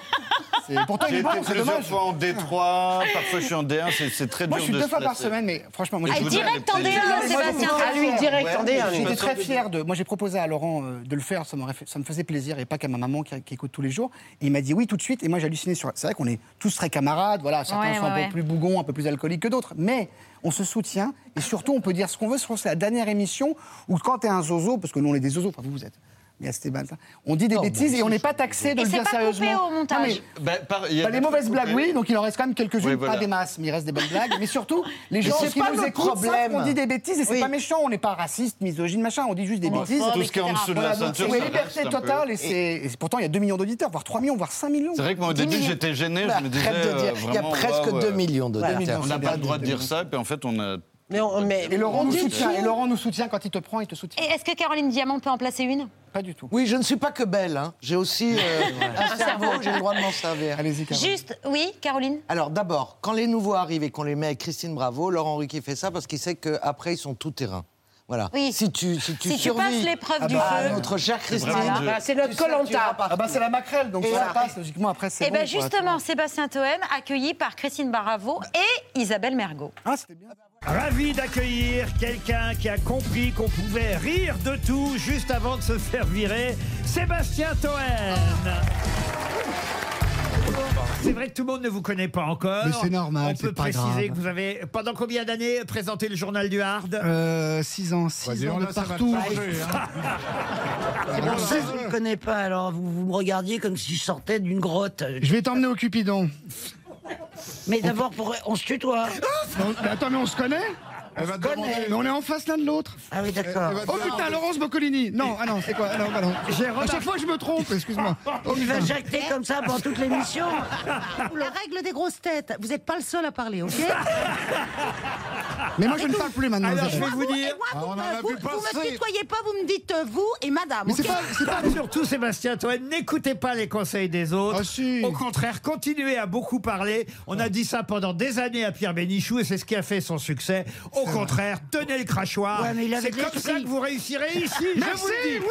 S2: C'est- Pourtant il
S3: J'ai
S2: est
S3: été
S2: bon, c'est
S3: plusieurs
S2: dommage.
S3: fois en D3, parfois je suis en D1, c'est- c'est très
S2: Moi
S3: dur
S2: je suis
S3: de
S2: deux
S3: se
S2: fois par
S3: placer.
S2: semaine, mais franchement, moi
S3: Ah,
S2: je vous donne
S3: direct
S2: des
S3: en
S2: petits-
S3: D1,
S2: Moi, j'étais
S3: Sébastien.
S2: très
S3: Ah, lui,
S2: fier.
S3: direct en D1, lui.
S2: J'étais très
S3: Parce que-
S2: fier de. Moi j'ai proposé à Laurent euh, de le faire, ça, m'aurait fait- ça me faisait plaisir et pas qu'à ma maman qui, qui écoute tous les jours. Et il m'a dit oui tout de suite et moi j'ai halluciné sur. C'est vrai qu'on est tous très camarades, voilà, certains
S32: Ouais,
S2: sont
S32: ouais,
S2: un peu
S32: ouais.
S2: plus bougons, un peu plus alcooliques que d'autres, mais on se soutient et surtout on peut dire ce qu'on veut. Je trouve que c'est la dernière émission où quand t'es un zozo, parce que nous on est des zozos, enfin vous vous êtes. Mais à Esteban, ça, on dit des bêtises et on n'est pas taxé de
S1: Et
S2: le
S1: c'est
S2: dire
S1: pas coupé
S2: sérieusement.
S1: au montage.
S2: Non, mais-
S3: Bah, par- il y a
S2: Bah, les
S3: des
S2: mauvaises
S3: trucs
S2: blagues,
S3: coupés.
S2: oui, donc il en reste quand même quelques-unes,
S3: Oui, voilà.
S2: pas des masses, mais il reste des bonnes blagues. Mais surtout, les
S3: Mais
S2: gens
S3: c'est
S2: qui
S3: pas
S2: nous
S3: notre
S2: écoutent savent
S3: problème.
S2: qu'on dit des bêtises et c'est
S3: Oui.
S2: pas méchant, on n'est pas raciste, misogyne, machin, on dit juste des
S3: Bon,
S2: bêtises.
S3: tout ce qui est en dessous de la
S2: donc
S3: ceinture,
S2: C'est
S3: ça
S2: une liberté
S3: reste un peu.
S2: totale et, c'est- et c'est- pourtant il y a 2 millions d'auditeurs, voire 3 millions, voire 5 millions.
S3: C'est vrai que moi au début j'étais gêné, je me disais.
S2: Bah, Arrête de
S3: euh,
S2: dire, il y a
S3: vraiment,
S2: presque
S3: waouh,
S2: deux
S3: euh,
S2: millions de Voilà.
S3: On n'a
S2: d'auditeurs.
S3: pas le droit de dire ça, puis en fait on a.
S33: Mais on, mais
S2: Et Laurent
S3: on
S2: nous
S3: dit
S2: soutient,
S3: tout.
S2: et Laurent nous soutient quand il te prend, il te soutient.
S1: Et est-ce que Caroline Diamant peut en placer une
S2: hein. Pas du tout.
S8: Oui, je ne suis pas que belle. hein. J'ai aussi euh, <laughs> un cerveau, j'ai le droit de m'en servir.
S2: Allez-y,
S1: Juste, oui, Caroline
S8: Alors d'abord, quand les nouveaux arrivent et qu'on les met avec Christine Bravo, Laurent Ruquier fait ça parce qu'il sait qu'après, ils sont tout terrain. Voilà. Si tu, si tu
S1: Si tu
S8: survis
S1: passes l'épreuve
S8: à
S1: du
S8: bah,
S1: feu.
S8: notre chère Christine.
S1: Voilà. Bah, c'est notre
S8: tu sais que tu
S1: Koh-Lanta.
S8: iras partout.
S2: Ah bah c'est la maquerelle, donc
S8: Et
S2: ça
S8: voilà.
S2: passe logiquement après c'est
S1: Eh bien
S2: bon, quoi, tu
S1: justement, Sébastien Toen, accueilli par Christine Baravo et Isabelle Mergot.
S2: Ah, c'était bien.
S30: Ravi d'accueillir quelqu'un qui a compris qu'on pouvait rire de tout juste avant de se faire virer, Sébastien Toen. C'est vrai que tout le monde ne vous connaît pas encore.
S32: Mais c'est normal,
S30: On peut
S32: c'est pas
S30: préciser
S32: grave.
S30: que vous avez, pendant combien d'années, présenté le journal du Hard
S2: 6 ans,
S32: Bah,
S2: 6 ans de partout.
S32: hein.
S4: C'est pour ça que Ah, je ne connais pas. Alors, vous, vous me regardiez comme si je sortais d'une grotte.
S2: Je vais t'emmener au Cupidon.
S4: Mais d'abord, pour... on se tutoie.
S2: attends, mais on se connaît
S4: Elle va te demander-
S2: Mais on est en face l'un de l'autre.
S4: Ah oui, d'accord.
S2: Oh putain, Laurence Boccolini. Non, ah non, c'est quoi Non, bah non.
S4: J'ai
S2: À
S4: remarqué-
S2: chaque fois, je me trompe, excuse-moi. Oh,
S4: <laughs> Il va
S2: putain.
S4: jacter comme ça pendant toute l'émission.
S34: <laughs> La règle des grosses têtes, vous n'êtes pas le seul à parler, ok
S2: <laughs> Mais moi, je ne parle plus maintenant.
S30: Alors, je vais vous dire-
S34: Ah,
S30: Ah, on en a
S34: vous
S30: vu
S34: ne me
S30: passer.
S34: tutoyez pas, vous me dites euh, vous et madame.
S7: Ah,
S30: Mais c'est
S34: ok
S30: pas, c'est
S7: <laughs>
S30: pas surtout Sébastien Toen. N'écoutez pas les conseils des
S7: Ah,
S30: autres. Au contraire, continuez à beaucoup parler. On a dit ça pendant des années à Pierre Bénichou et c'est ce qui a fait son succès. Au contraire, tenez le crachoir.
S4: Ouais, mais il avait
S30: c'est
S4: de
S30: comme
S4: l'esprit.
S30: ça que vous réussirez ici. je
S4: Merci,
S30: vous le dis.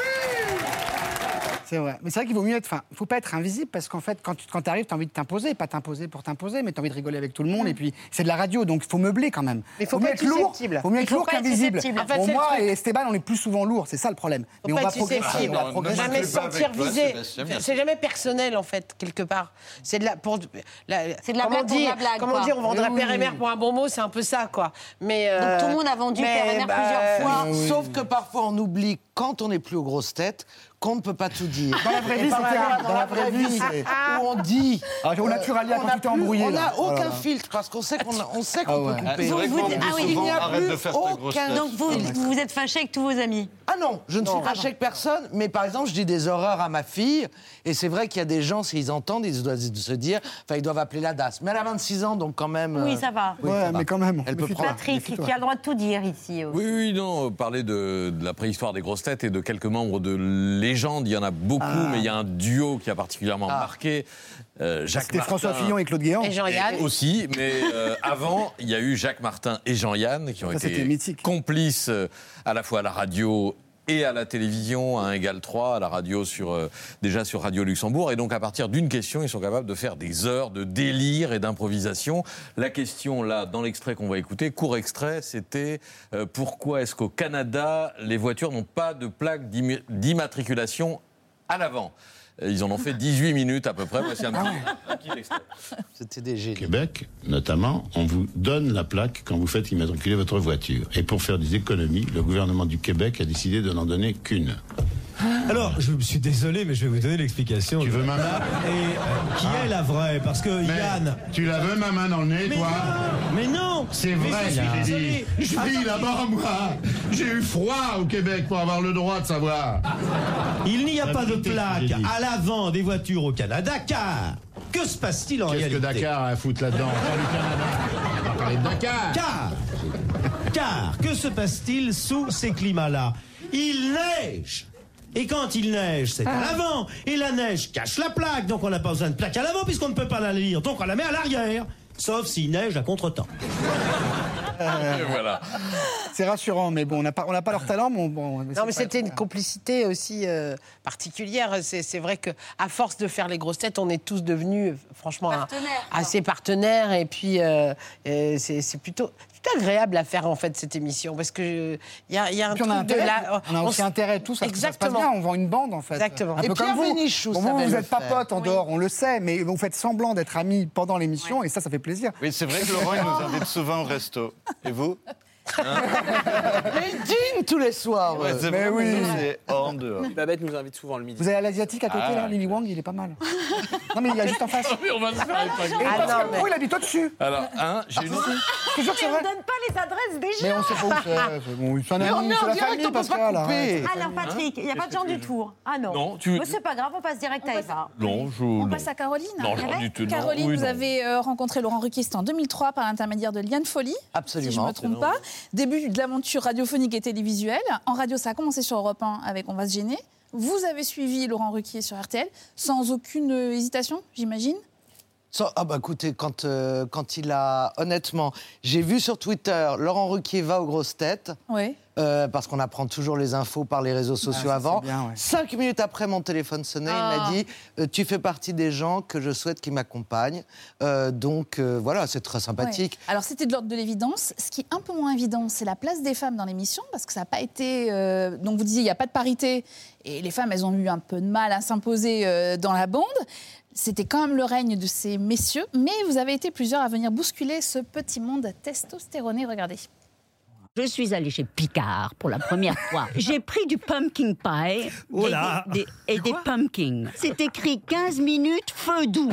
S2: C'est vrai. Mais c'est vrai qu'il vaut mieux être. Enfin, faut pas être invisible parce qu'en fait, quand tu quand arrives, t'as envie de t'imposer, pas t'imposer pour t'imposer, mais t'as envie de rigoler avec tout le monde. Et puis, c'est de la radio, donc il faut meubler quand même.
S4: Mm. Mais faut
S2: mieux
S4: pas
S2: être
S4: être
S2: lourd.
S4: susceptible.
S2: Faut mieux
S4: Il
S2: être
S4: faut
S2: lourd
S4: pas être
S2: qu'invisible.
S4: susceptible. En fait,
S2: Pour
S4: c'est le
S2: moi
S4: truc.
S2: et Esteban, on est plus souvent lourd. C'est ça le problème.
S4: Faut
S2: Mais on
S4: pas
S2: va
S4: être
S2: progresser.
S4: susceptible.
S2: on va progresser.
S4: Jamais se sentir visé. C'est jamais personnel, en fait, quelque part. C'est de la. Pour, c'est
S10: de la blague pour de la blague,
S4: Comment
S10: quoi.
S4: dire, on vendra
S10: Oui.
S4: père et mère pour un bon mot, c'est un peu ça, quoi. Mais, bah, euh,
S8: Euh,
S10: tout le monde a vendu père et mère plusieurs fois. Oui, oui.
S8: Bah, Sauf que parfois on oublie, quand on n'est plus aux grosses têtes, qu'on ne peut pas tout dire.
S2: Dans la vraie
S8: Et
S2: vie,
S8: par
S2: c'était
S8: ailleurs,
S2: un-
S8: Dans la vraie vie,
S2: c'est-
S8: où on dit.
S2: Ah, au
S8: euh,
S2: Naturalia,
S8: on
S2: quand
S8: a
S2: tu t'es
S8: plus-
S2: embrouillé,
S8: On
S2: là.
S8: n'a aucun
S2: Voilà.
S8: filtre parce qu'on sait qu'on a- on sait qu'on
S2: Ah
S8: peut
S2: ouais.
S8: couper.
S2: C'est vrai qu'on dit
S1: ah
S8: Il n'y a plus aucun-
S1: Donc vous,
S2: Ah,
S1: vous vous êtes fâché avec tous vos amis
S8: Ah non, je ne suis pas avec personne, mais par exemple, je dis des horreurs à ma fille, et c'est vrai qu'il y a des gens, s'ils entendent, ils doivent se dire, enfin, ils doivent appeler la DAS. Mais elle a 26 ans, donc quand même.
S1: Oui,
S8: euh,
S1: ça va.
S8: oui,
S1: Ouais,
S8: ça va.
S2: mais quand même.
S8: Elle peut prendre.
S1: Patrick, <laughs> qui a le droit de tout dire ici. aussi.
S21: Oui, oui, non, euh, parler de, de la préhistoire des grosses têtes et de quelques membres de légende, il y en a beaucoup,
S2: Ah.
S21: mais il y a un duo qui a particulièrement marqué. euh, Jacques
S2: C'était
S21: Martin.
S2: François Fillon et Claude Guéant.
S4: Et Jean-Yann.
S21: Aussi, mais euh, avant, il y a eu Jacques Martin et Jean-Yann qui ont
S2: Ça, c'était
S21: été complices euh, à la fois à la radio et à la télévision, à 1 égale 3, à la radio sur, euh, déjà sur Radio Luxembourg. Et donc, à partir d'une question, ils sont capables de faire des heures de délire et d'improvisation. La question, là, dans l'extrait qu'on va écouter, court extrait, c'était euh, pourquoi est-ce qu'au Canada, les voitures n'ont pas de plaque d'immi- d'immatriculation à l'avant Euh, Ils en ont fait 18 minutes à peu près. Voici un
S9: Ah
S21: petit- un petit extrait.
S8: Ah C'était des génies.
S35: Québec, notamment, on vous donne la plaque quand vous faites immatriculer votre voiture. Et pour faire des économies, le gouvernement du Québec a décidé de n'en donner qu'une.
S16: Ah. Alors, je me suis désolé, mais je vais vous donner l'explication. Tu veux ma main Et euh, qui
S35: Ah.
S16: est la vraie Parce que Yann. Tu la veux, ma main, dans le nez, toi Mais non
S35: C'est
S16: Mais
S35: vrai,
S16: je suis
S35: je l'ai
S16: désolé.
S35: dit. Je vis là-bas, moi. J'ai eu froid au Québec pour avoir le droit de savoir.
S16: Ah. Il n'y a
S35: La
S16: pas de
S35: vérité, je
S16: plaque
S35: l'ai dit.
S16: à l'avant des voitures au Canada, car que se passe-t-il en
S35: Qu'est-ce que
S16: réalité
S35: Dakar a à foutre là-dedans On va parler de Dakar.
S16: Car, car, que se passe-t-il sous ces climats-là Il neige et quand il neige, c'est à
S15: Ah.
S16: l'avant. Et la neige cache la plaque, donc on n'a pas besoin de plaque à l'avant puisqu'on ne peut pas la lire. Donc on la met à l'arrière, sauf s'il neige à contre-temps.
S21: voilà.
S2: Euh, C'est rassurant, mais bon, on n'a pas, on n'a pas leur talent, mais on- bon. mais
S4: Non,
S2: c'est
S4: mais
S2: pas-
S4: c'était une complicité aussi euh, particulière. C'est c'est vrai que à force de faire les grosses têtes, on est tous devenus euh, franchement un- assez partenaires. Et puis, euh, euh, c'est c'est plutôt, plutôt agréable à faire en fait cette émission parce que euh, il y a, il y a un
S2: Puis
S4: truc
S2: on a
S4: de
S2: intérêt,
S4: la-
S2: on a aussi
S4: s-
S2: intérêt tous à ce que ça se passe
S4: Exactement.
S2: bien, on vend une bande en fait.
S4: Exactement.
S2: Un
S4: Et
S2: peu
S4: Pierre
S2: comme vous.
S4: Bénichou
S2: Bon, vous,
S4: savait
S2: vous
S4: le
S2: n'êtes pas
S4: faire.
S2: potes en dehors, on le sait, mais vous faites semblant d'être amis pendant l'émission et ça, ça fait plaisir.
S3: Oui, c'est vrai que Laurent, il nous invite souvent au resto. Et
S2: <laughs>
S3: vous
S8: Mais ils dînent tous les soirs.
S3: Ouais, c'est vrai, mais ça, c'est en
S36: euh,
S3: dehors.
S19: Babette nous invite souvent le midi.
S2: Vous avez l'asiatique à côté
S19: Ah.
S2: là, Lily Wang, il est pas mal. non mais il est juste en
S19: <laughs>
S2: face.
S19: Mais on va se faire
S2: Et
S19: épingler.
S2: parce
S19: Ah non,
S2: que
S19: mais-
S2: Pro, il habite au-dessus.
S21: Alors, hein, j'ai une.
S2: Je te jure que c'est
S1: Mais
S2: vrai.
S1: on donne pas les adresses des gens.
S2: Mais on sait pas où c'est. c'est Bon, c'est un
S1: Mais
S2: ami,
S1: on est
S2: c'est
S1: en
S2: la
S1: direct,
S2: famille,
S1: on peut pas
S2: Pascal, arrête.
S1: Ah
S19: Hein
S1: non, Patrick, il n'y a pas de gens du tour. Ah non.
S21: Non, tu-
S1: Mais c'est pas grave, on passe direct à Eva. Ah
S21: Non, je.
S37: On
S21: non.
S37: passe à Caroline. Ah
S21: Non, non, du tout, non.
S37: Caroline,
S21: Oui,
S37: vous
S21: non.
S37: avez euh, rencontré Laurent Ruquier, c'était en 2003 par l'intermédiaire de Liane Folly.
S8: Absolument,
S37: Si je ne me
S8: c'est
S37: trompe
S8: non.
S37: pas. Début de l'aventure radiophonique et télévisuelle. En radio, ça a commencé sur Europe 1 avec On va se gêner. Vous avez suivi Laurent Ruquier sur RTL sans aucune euh, hésitation, j'imagine.
S8: Ça- ah bah écoutez, quand, euh, quand il a... Honnêtement, j'ai vu sur Twitter, Laurent Ruquier va aux grosses têtes.
S37: Oui.
S8: euh, parce qu'on apprend toujours les infos par les réseaux sociaux
S2: Ah, ça,
S8: avant.
S2: c'est bien, ouais.
S8: Cinq minutes après, mon téléphone sonnait.
S2: Ah.
S8: Il m'a dit euh, Tu fais partie des gens que je souhaite qui m'accompagnent. Euh, donc euh, voilà, c'est très sympathique.
S37: Ouais. Alors c'était de l'ordre de l'évidence. Ce qui est un peu moins évident, c'est la place des femmes dans l'émission, parce que ça n'a pas été... euh, donc vous disiez, il n'y a pas de parité, et les femmes, elles ont eu un peu de mal à s'imposer euh, dans la bande. C'était quand même le règne de ces messieurs, mais vous avez été plusieurs à venir bousculer ce petit monde testostéroné. Regardez.
S38: Je suis allée chez Picard pour la première
S1: <laughs>
S38: fois. J'ai pris du pumpkin pie
S39: Oh là
S38: des- des- et des pumpkins. C'est écrit 15 minutes feu doux.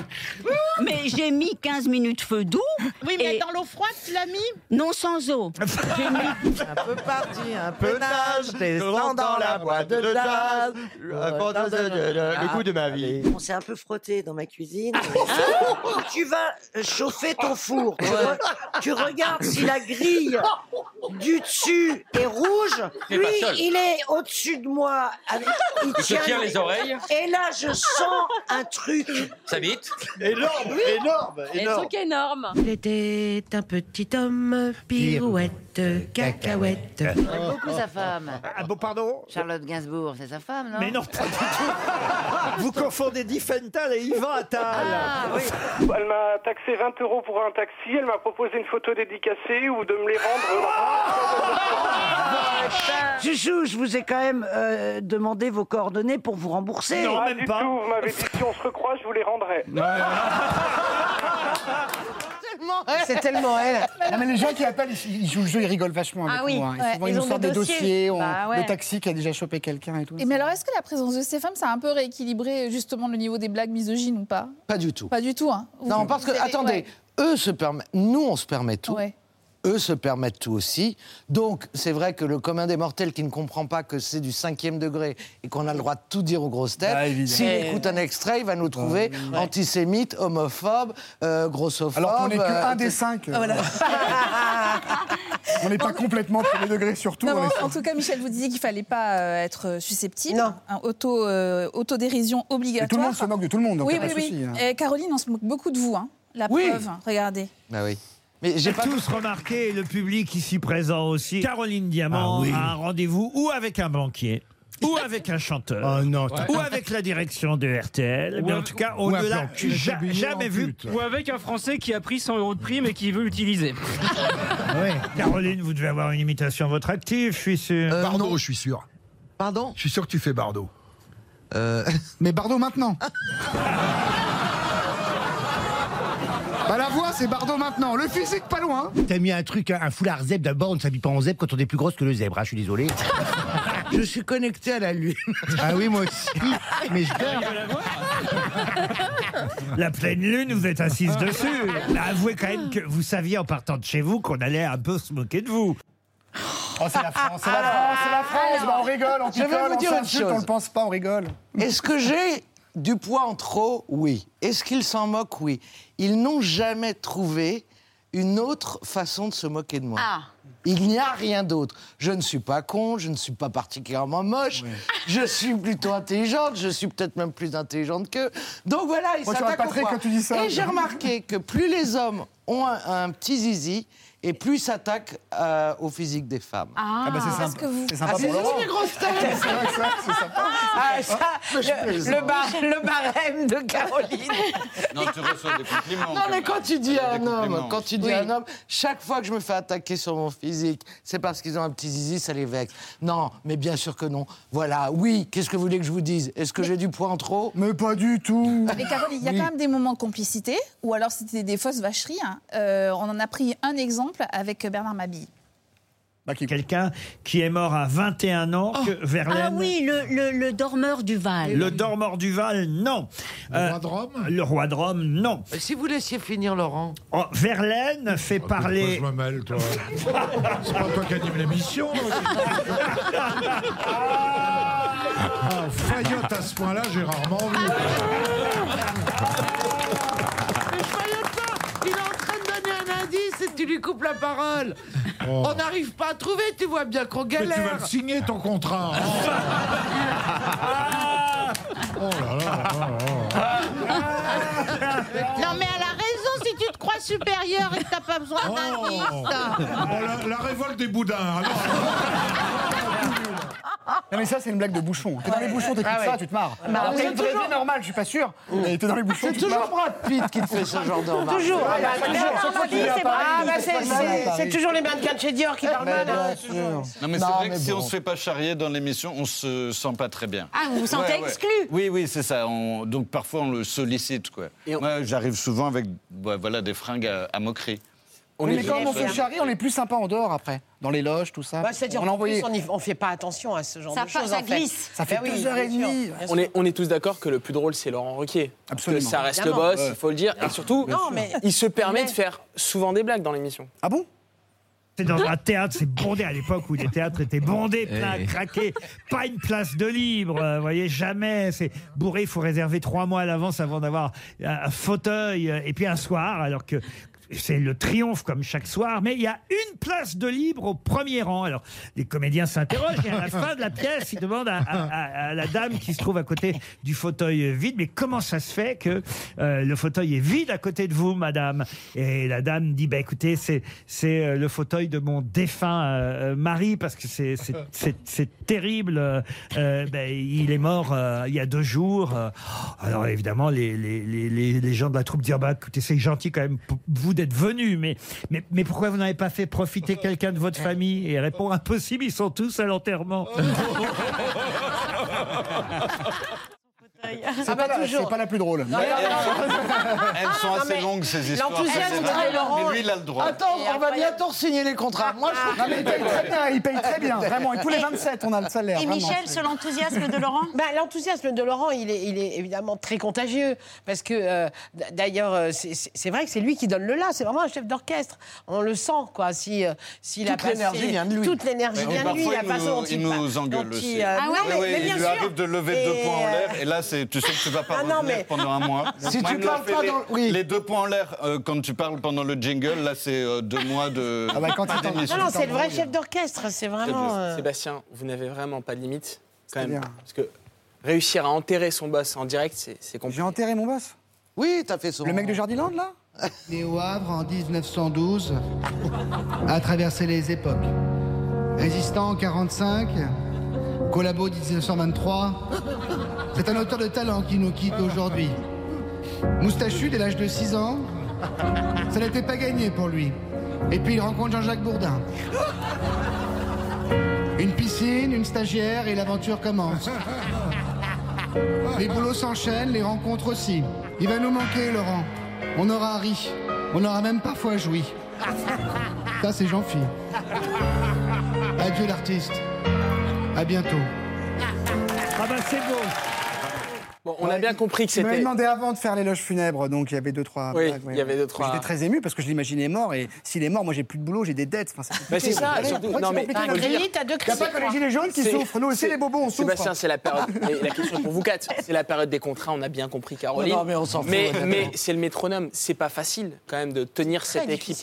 S38: Mais j'ai mis 15 minutes feu doux.
S40: Oui, mais
S38: et-
S40: dans l'eau froide, tu l'as mis
S38: Non, sans eau. J'ai mis-
S40: Un peu parti, un
S41: peu nage, descends dans la boîte de jazz. Le coup de ma vie. Ah, On s'est un peu frotté dans ma cuisine. tu vas chauffer ton four. Tu, re- tu regardes si la grille du dessus est rouge.
S40: T'es
S41: Lui,
S40: pas seul.
S41: il est au-dessus de moi. avec- il
S40: Je tiens les oreilles.
S41: Et là, je sens un truc.
S40: Ça vite.
S41: Énorme, énorme,
S30: bah,
S40: énorme.
S41: énorme.
S37: énorme.
S41: Il était un petit homme
S40: pirouette.
S6: cacahuètes,
S30: Euh.
S6: cacahuètes.
S7: J'aime
S41: Oh.
S7: beaucoup sa femme. Ah bon, pardon Charlotte Gainsbourg, c'est sa femme, non
S30: Mais non, pas du tout. Vous confondez Diffental et Yvan Attal.
S7: Ah, oui.
S15: Elle m'a taxé 20 euros pour un taxi, elle m'a proposé une photo dédicacée ou de me les
S28: <laughs>
S15: rendre.
S41: Chouchou, je vous ai quand même euh, demandé vos coordonnées pour vous rembourser.
S15: Ah, du tout, vous m'avez dit si on se recroise, je vous les rendrai.
S4: C'est tellement elle.
S2: Non, mais les gens qui appellent, ils ils jouent le jeu, ils rigolent vachement avec
S37: Ah oui,
S2: moi. hein.
S37: ouais,
S2: Souvent,
S37: ils
S2: ils nous
S37: ont
S2: sortent
S37: des
S2: des
S37: dossiers.
S2: dossiers, on-
S37: Bah ouais.
S2: le taxi qui a déjà chopé quelqu'un et tout.
S37: Et mais alors, est-ce que la présence de ces femmes, ça a un peu rééquilibré justement le niveau des blagues misogynes ou pas
S8: Pas du tout.
S37: Pas du tout, hein. Vous-
S8: Non, parce que,
S37: vous avez-
S8: attendez,
S37: ouais.
S8: eux se permettent, nous on se permet tout.
S37: Ouais.
S8: Eux se permettent tout aussi. Donc, c'est vrai que le commun des mortels qui ne comprend pas que c'est du cinquième degré et qu'on a le droit de tout dire aux grosses têtes,
S2: Bah, évidemment. Bah,
S8: s'il
S2: Mais-
S8: écoute un extrait, il va nous trouver antisémite, homophobe, euh, grossophobe.
S2: Alors qu'on n'est que
S8: euh,
S2: un des cinq,
S37: Ah,
S2: euh, Voilà. <laughs> On n'est pas complètement premier degré, surtout.
S37: Non,
S2: on
S37: mais
S2: est-
S37: en, en tout cas, Michel vous disiez qu'il fallait pas euh, être susceptible. Un auto, euh, autodérision
S2: Et
S37: obligatoire.
S2: tout le monde se moque de tout le monde, donc
S37: oui,
S2: y a
S37: oui,
S2: pas de
S37: oui.
S2: souci. hein.
S37: Eh, Caroline, on se moque beaucoup de vous. Hein. La preuve, regardez.
S8: Bah oui. Mais j'ai pas
S30: tous remarqué, et le public ici présent aussi, Caroline Diamant
S19: Ah oui.
S30: a un rendez-vous ou avec un banquier. Ou avec un chanteur.
S15: Ah
S30: Ou avec la direction de RTL. Mais Eh en tout cas, on ne l'a ja- jamais vu.
S19: Ou avec un Français qui a pris 100 euros de prime et qui veut l'utiliser.
S15: Ah
S30: <laughs> Caroline, vous devez avoir une imitation à votre actif, je suis sûr.
S15: Bardo, je suis sûr.
S8: Euh, Pardon Euh.
S15: Je suis sûr que tu fais Bardo. <laughs>
S2: Mais Bardot maintenant. bah, la voix, c'est Bardot maintenant. Le physique, pas loin.
S20: T'as mis un truc, un- un foulard zèbre. D'abord, on ne s'habille pas en zèbre quand on est plus grosse que le zèbre. hein, je
S2: <laughs>
S20: suis désolé.
S8: Je suis connecté à la lune.
S20: ah oui, moi aussi. Mais je
S16: Ah,
S20: dors.
S30: La pleine lune, vous êtes assise dessus. Bah, avouez quand même que vous saviez en partant de chez vous qu'on allait un peu se moquer de vous. Ah.
S2: Oh, c'est la France, c'est la France, c'est la France. Bah, on rigole, on
S8: Je vais
S2: picole,
S8: vous
S2: on
S8: dire une
S2: s'insulte,
S8: chose.
S2: on le pense pas, on rigole.
S8: Est-ce que j'ai du poids en trop Oui. Est-ce qu'ils s'en moquent Oui. Ils n'ont jamais trouvé une autre façon de se moquer de moi.
S7: Ah.
S8: Il n'y a rien d'autre. Je ne suis pas con, je ne suis pas particulièrement moche, je suis plutôt intelligente, je suis peut-être même plus intelligente qu'eux. Donc voilà, ils
S2: Moi, tu vois,
S8: s'attaquent au
S2: Patrick,
S8: poids.
S2: quand tu dis ça.
S8: Et j'ai remarqué que plus les hommes ont un, un petit zizi, et plus ils s'attaquent euh, au physique des femmes.
S2: Ah, bah, c'est sympa. Parce que vous- C'est sympa
S8: Ah,
S2: pour
S8: c'est
S2: Laurent.
S8: juste les grosses têtes.
S2: <laughs> C'est vrai que ça, c'est sympa.
S4: Ah, ça, le, le bar- le barème de
S37: <laughs>
S4: Caroline.
S3: Non, tu reçois des compliments.
S8: Non, mais quand tu dis à un homme,
S3: compliments.
S8: quand tu dis
S3: Oui.
S8: à un homme, chaque fois que je me fais attaquer sur mon physique, c'est parce qu'ils ont un petit zizi, ça les vexe. Non, mais bien sûr que non. Voilà, oui, qu'est-ce que vous voulez que je vous dise Est-ce que j'ai du poids en trop
S2: Mais pas du tout.
S37: Mais Caroline, il y a quand même des moments de complicité, ou alors c'était des fausses vacheries. hein. Euh, on en a pris un exemple avec Bernard Mabille.
S30: Quelqu'un qui est mort à 21 ans, que Verlaine.
S6: Ah oui, le, le- le dormeur du Val.
S30: Le dormeur du Val, non. Le roi de Rome Le roi de Rome, non.
S8: Euh,
S30: Oh,
S8: Si vous laissiez finir, Laurent.
S30: Verlaine fait parler.
S20: Toi, mal, toi. C'est pas toi qui anime l'émission. Ah, faillotte à ce point-là, j'ai rarement vu.
S8: Il est en train de donner un indice et tu lui coupes la parole. On n'arrive pas à trouver, tu vois bien qu'on
S20: Oh. Mais tu vas le signer ton contrat. hein. Oh, oh là là, oh là là.
S40: <laughs> Non, mais elle a raison si tu te crois supérieur et que t'as pas besoin d'indice.
S20: Oh,
S16: Ah.
S20: la, la révolte des boudins. alors.
S2: <laughs> Non, mais ça, c'est une blague de bouchon. T'es dans les bouchons, t'écoutes
S20: Ah ouais.
S2: ça, tu te marres.
S20: Bah,
S2: Alors,
S20: oui,
S2: c'est
S20: c'est
S2: une vraie
S20: toujours-
S2: vie normale, je suis pas sûr. Mais t'es dans les bouchons,
S8: C'est
S2: tu te
S8: toujours
S2: marres.
S8: Brad Pitt qui te fait ce genre de remarque.
S4: Toujours.
S2: Ouais,
S4: Ah,
S2: bah,
S4: bah,
S2: toujours, chaque fois qu'il est à Paris,
S4: ah, bah,
S2: il se
S4: c'est-
S2: passe mal à
S4: c'est-
S2: Paris.
S4: c'est toujours les mannequins de chez Dior qui parlent mal. hein.
S3: Euh, Non, mais c'est
S4: Non,
S3: vrai que
S4: mais
S3: si
S4: bon.
S3: on se fait pas charrier dans l'émission, on se sent pas très bien.
S4: Ah, vous vous sentez exclu
S3: Oui, oui, c'est ça. On- Donc parfois, on le sollicite, quoi. Moi, j'arrive souvent avec bah, voilà, des fringues à, à moquerie.
S2: Oui, mais quand on fait
S3: fait
S2: charrie, on est plus sympa en dehors après. Dans les loges, tout ça.
S4: Bah, C'est-à-dire
S2: Ah, on
S4: qu'en
S2: envoyé-
S4: plus, on n'y- on ne fait pas attention à ce genre
S2: Ça
S4: de
S2: part,
S4: choses.
S2: ça
S4: en fait.
S2: glisse. Ça fait
S4: Bah oui,
S2: deux heures
S4: bien
S2: et
S4: sûr,
S2: demie.
S4: bien sûr.
S36: On est, on est tous d'accord que le plus drôle, c'est Laurent Ruquier. Parce que
S2: Absolument.
S36: ça reste
S4: Évidemment.
S36: le boss, il faut le dire. Et surtout,
S4: Non, mais-
S36: <laughs> il se permet
S4: mais-
S36: de faire souvent des blagues dans l'émission.
S2: Ah bon
S30: C'est dans un théâtre, c'est bondé à l'époque où les théâtres étaient bondés, plein,
S36: Eh.
S30: craqués, pas une place de libre, euh, vous voyez, jamais. C'est bourré, il faut réserver trois mois à l'avance avant d'avoir un un fauteuil. euh, Et puis un soir, alors que c'est le triomphe comme chaque soir, mais il y a une place de libre au premier rang. Alors, les comédiens s'interrogent et à la fin de la pièce, ils demandent à, à- à- à la dame qui se trouve à côté du fauteuil vide, mais comment ça se fait que euh, le fauteuil est vide à côté de vous, madame Et la dame dit, bah, écoutez, c'est c'est euh, le fauteuil de mon défunt euh, euh, mari, parce que c'est- c'est- c'est c'est terrible. euh, euh, ben, il est mort euh, il y a deux jours. euh. Alors évidemment, les, les, les, les- les gens de la troupe dirent, bah, écoutez, c'est gentil quand même, pour vous d'être venu, mais, mais, mais pourquoi vous n'avez pas fait profiter quelqu'un de votre famille Et elle répond, impossible, ils sont tous à l'enterrement.
S2: C'est pas, la- c'est pas la plus drôle. <laughs>
S3: Elles sont assez longues,
S8: <laughs>
S3: ces histoires.
S8: L'enthousiasme
S3: c'est vrai.
S8: de Laurent. Ah.
S3: Mais lui, il a le droit.
S8: Attends, on va bientôt signer les contrats. Moi, je
S2: Non, mais il paye très bien, il paye très bien, vraiment. Et tous les 27, on a le salaire. vraiment.
S1: l'enthousiasme de Laurent
S4: <laughs> bah, L'enthousiasme de Laurent, il est, il est évidemment très contagieux. Parce que, euh, d- d'ailleurs, euh, c'est- c'est c'est vrai que c'est lui qui donne le là. C'est vraiment un chef d'orchestre. On le sent, quoi. Si, euh, s'il a
S8: Toute
S4: passé-
S8: l'énergie vient de lui.
S4: Toute l'énergie
S3: Mais
S4: vient de lui.
S3: Bah parfois,
S4: La
S3: il
S4: façon
S3: nous-
S4: dont
S3: il nous engueule
S4: dont il,
S3: aussi.
S4: euh, non, mais-
S3: Oui,
S4: mais
S3: il
S4: bien
S3: lui
S4: sûr.
S3: arrive de lever deux
S4: Et,
S3: points en
S4: euh,
S3: l'air et là, c'est- tu sais que tu vas pas
S4: Ah non,
S3: revenir
S4: mais-
S3: pendant un mois.
S8: Si
S3: Moi,
S8: tu
S3: il me
S8: parles
S3: fait
S8: pas
S3: les,
S8: dans le-
S3: les deux points en l'air euh, quand tu parles pendant le jingle, là, c'est euh, deux mois de.
S4: Ah
S2: Ah bah,
S4: bah,
S3: d'émission.
S4: Non, non, c'est le vrai chef d'orchestre. C'est vraiment. euh,
S36: Sébastien, vous n'avez vraiment pas de limite, quand même. Parce que réussir à enterrer son boss en direct, c'est c'est compliqué.
S2: J'ai enterré mon boss
S8: Oui, t'as fait son.
S2: Le mec de Jardiland, là
S5: Né au Havre en 1912, a traversé les époques. Résistant en 45, collabo 1923. C'est un auteur de talent qui nous quitte aujourd'hui. Moustachu dès l'âge de 6 ans, ça n'était pas gagné pour lui. Et puis il rencontre Jean-Jacques Bourdin. Une piscine, une stagiaire et l'aventure commence. Les boulots s'enchaînent, les rencontres aussi. Il va nous manquer, Laurent. On aura ri. On aura même parfois joui. Ça, c'est jean philippe Adieu, l'artiste. À bientôt.
S30: Ah bah c'est beau.
S36: Bon, on a bien compris que
S2: Tu m'avais
S36: c'était.
S2: demandé avant de faire l'éloge funèbre, donc il y avait deux, trois.
S36: Oui,
S2: blagues,
S36: il y avait deux, trois.
S2: J'étais très ému parce que je l'imaginais mort et s'il est mort, moi j'ai plus de boulot, j'ai des dettes. Enfin,
S36: Bah, c'est
S2: compliqué.
S36: ça,
S2: Voilà.
S36: surtout-
S2: Ouais,
S36: non,
S2: c'est
S36: mais-
S2: compliqué
S36: Ah,
S2: de le
S36: Gilles,
S2: dire.
S4: t'as deux
S2: Il n'y a pas que les gilets jaunes qui
S36: hein. C'est-
S2: souffrent, nous aussi
S36: c'est-
S2: les bobos on souffre.
S36: Sébastien, c'est la
S2: <laughs>
S36: période. et la question pour vous quatre, c'est la période des contrats. On a bien compris, Caroline.
S8: Non, non, mais on s'en fout,
S36: Mais,
S8: honnêtement.
S36: mais c'est le métronome. C'est pas facile quand même de tenir cette équipe.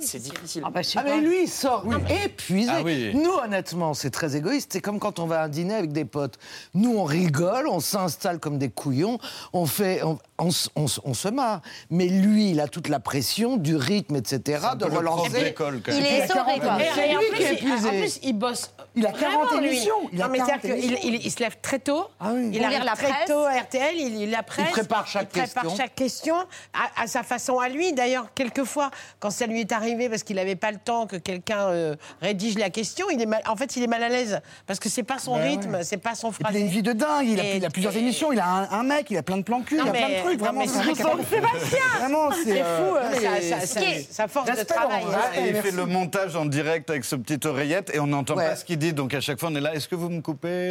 S36: C'est difficile.
S8: Ah, mais lui, il sort épuisé.
S36: Ah oui.
S8: Nous, honnêtement, c'est très égoïste. C'est comme quand on va à un dîner avec des potes. Nous, on rigole, on s'installe comme des couillons, on, fait, on, on s- on s- on se marre. Mais lui, il a toute la pression du rythme, etc., de
S3: peu le prof
S8: relancer.
S3: d'école,
S4: quand même. Il est essoré, quoi.
S8: C'est
S4: Et en
S8: lui
S4: plus,
S8: qui est
S4: il- en
S8: épuisé.
S4: plus, il bosse.
S8: Il a 40
S4: Vraiment, lui.
S8: émissions. Il a
S4: Non, mais
S8: 40
S4: c'est-à-dire qu'il
S8: émissions.
S4: il- il se lève très tôt. Ah Il
S8: On
S4: arrive
S8: lire la
S4: très
S8: presse.
S4: tôt à RTL, il lit la presse.
S8: prépare chaque
S4: il prépare
S8: question.
S4: chaque question à, à sa façon à lui. D'ailleurs, quelquefois, quand ça lui est arrivé parce qu'il n'avait pas le temps que quelqu'un euh, rédige la question, il est mal- en fait, il est mal à l'aise parce que c'est pas son
S2: Bah ouais.
S4: rythme, c'est pas son
S2: Et puis, il a
S4: phrasé.
S2: une vie de dingue, Ah, il a,
S4: Et-
S2: il a plusieurs
S4: et-
S2: émissions, il a un, un mec, il a plein de plans cul,
S4: Non,
S2: il a
S4: mais-
S2: plein de trucs,
S4: non,
S2: vraiment.
S4: mais
S2: un mec
S4: c'est
S2: à part-
S4: fou, Sébastien
S2: Vraiment, c'est.
S4: C'est fou, euh,
S2: ouais,
S4: ça-
S2: c'est-
S4: ça- ça-
S2: c'est-
S4: sa force de
S2: Respect,
S4: travail,
S2: Laurent,
S4: hein.
S2: respect,
S3: Ah, Et il
S2: merci.
S3: fait le montage en direct avec ce petite oreillette et on n'entend
S8: Ouais.
S3: pas ce qu'il dit. Donc à chaque fois, on est là. Est-ce que vous me coupez euh,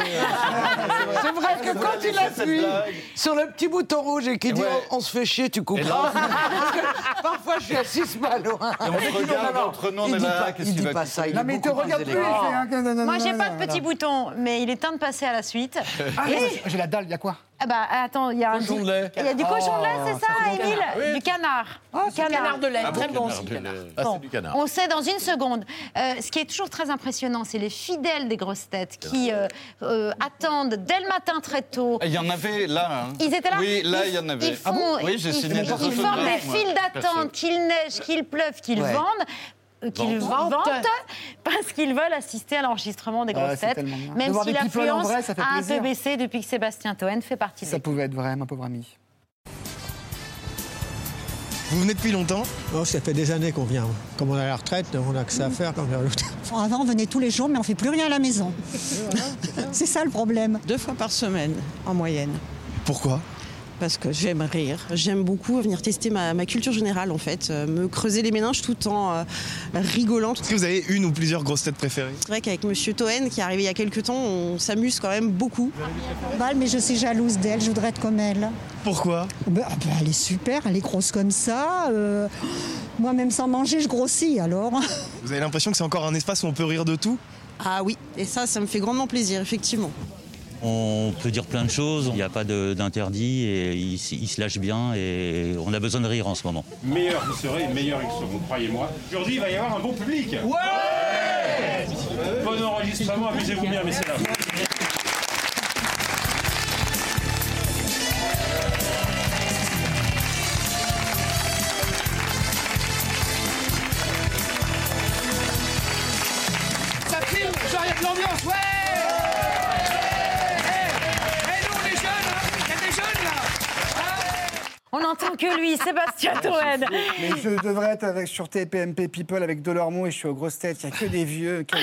S8: C'est vrai que quand il appuie sur le petit bouton rouge et qu'il dit oh,
S3: Ouais.
S8: on, on se fait chier, tu coupes.
S3: Et là,
S8: Parce que <laughs> parfois je suis assise pas loin.
S3: Et on se regarde entre nous, on
S8: Il
S3: est
S8: dit
S3: là.
S8: pas-
S3: Qu'est-ce
S8: il
S3: qu'il
S8: dit
S3: va
S8: pas
S3: couper
S8: ça, il
S2: Non, mais il te regarde plus. il fait un-
S1: Moi, j'ai pas de
S2: Voilà.
S1: petit bouton, mais il est temps de passer à la suite.
S2: Ah,
S1: Et-
S2: j'ai- J'ai la dalle, il y a quoi
S1: Ah bah attends, il y a un
S2: Cochon
S1: du-
S2: de lait.
S1: Il y a du cochon de lait,
S2: Oh,
S1: c'est ça,
S2: ça fait du
S1: Émile
S2: canard. Oui.
S1: Du canard.
S4: c'est canard de lait, Ah bon, très bon canard aussi, de lait. canard. Ah, c'est du canard.
S1: On sait dans une seconde. Euh, ce qui est toujours très impressionnant, c'est les fidèles des grosses têtes qui euh, euh, attendent dès le matin très tôt.
S3: Ah, Il y en avait là. hein.
S1: Ils étaient là.
S3: Oui, là,
S1: Ils-
S3: il y en avait. Ah
S1: Ils font,
S3: Oui, j'ai
S1: ils-
S3: signé
S1: ils
S3: des
S1: forment des
S3: autographes, moi,
S1: files d'attente,
S3: perso.
S1: qu'il neige, qu'il pleuve, qu'ils
S3: Ouais.
S1: vendent. euh, Qu'ils
S4: Vendent.
S1: vendent parce qu'ils veulent assister à l'enregistrement des
S2: Ah,
S1: grosses
S2: c'est
S1: têtes,
S2: tellement bien. De
S1: même
S2: voir
S1: si
S2: des people en
S1: l'affluence
S2: vrai, ça fait
S1: a un peu
S2: plaisir.
S1: baissé depuis que Sébastien Toen fait partie de
S2: Ça
S1: l'équipe.
S2: pouvait être vrai, ma pauvre amie.
S9: Vous venez depuis longtemps oh, Ça fait des années qu'on vient. Comme on a la retraite, on a que ça à faire. Comme
S11: Avant, on venait tous les jours, mais on fait plus rien à la
S4: <laughs>
S11: maison. <laughs> C'est ça le problème. Deux fois par semaine, en moyenne.
S9: Pourquoi
S11: Parce que j'aime rire. J'aime beaucoup venir tester ma, ma culture générale, en fait. euh, me creuser les méninges tout en euh, rigolant.
S9: Est-ce que vous avez une ou plusieurs grosses têtes préférées
S11: C'est vrai qu'avec Monsieur Toen, qui est arrivé il y a quelques temps, on s'amuse quand même beaucoup. mais je suis jalouse d'elle, je voudrais être comme elle.
S9: Pourquoi
S11: Bah, ah bah, elle est super, elle est grosse comme ça. euh, moi, même sans manger, je grossis <laughs> alors.
S9: Vous avez l'impression que c'est encore un espace où on peut rire de tout
S11: Ah oui, et ça, ça me fait grandement plaisir, effectivement.
S9: On peut dire plein de choses, il n'y a pas de- d'interdit et ils il se lâchent bien et on a besoin de rire en ce moment. Meilleur vous serez, meilleur ils seront, croyez-moi. Aujourd'hui, il va y avoir un bon public. Bon enregistrement, amusez-vous bien, mais c'est là.
S42: Ça filme, genre il y a de l'ambiance, ouais Eh, eh, nous on est jeunes, hein Il y a des jeunes là
S1: On n'entend que lui,
S2: <laughs>
S1: Sébastien
S2: Ah,
S1: Toen.
S2: Mais je devrais être avec, sur TPMP People avec Delormeau et je suis aux grosses têtes. Il n'y a que des vieux. Quelle,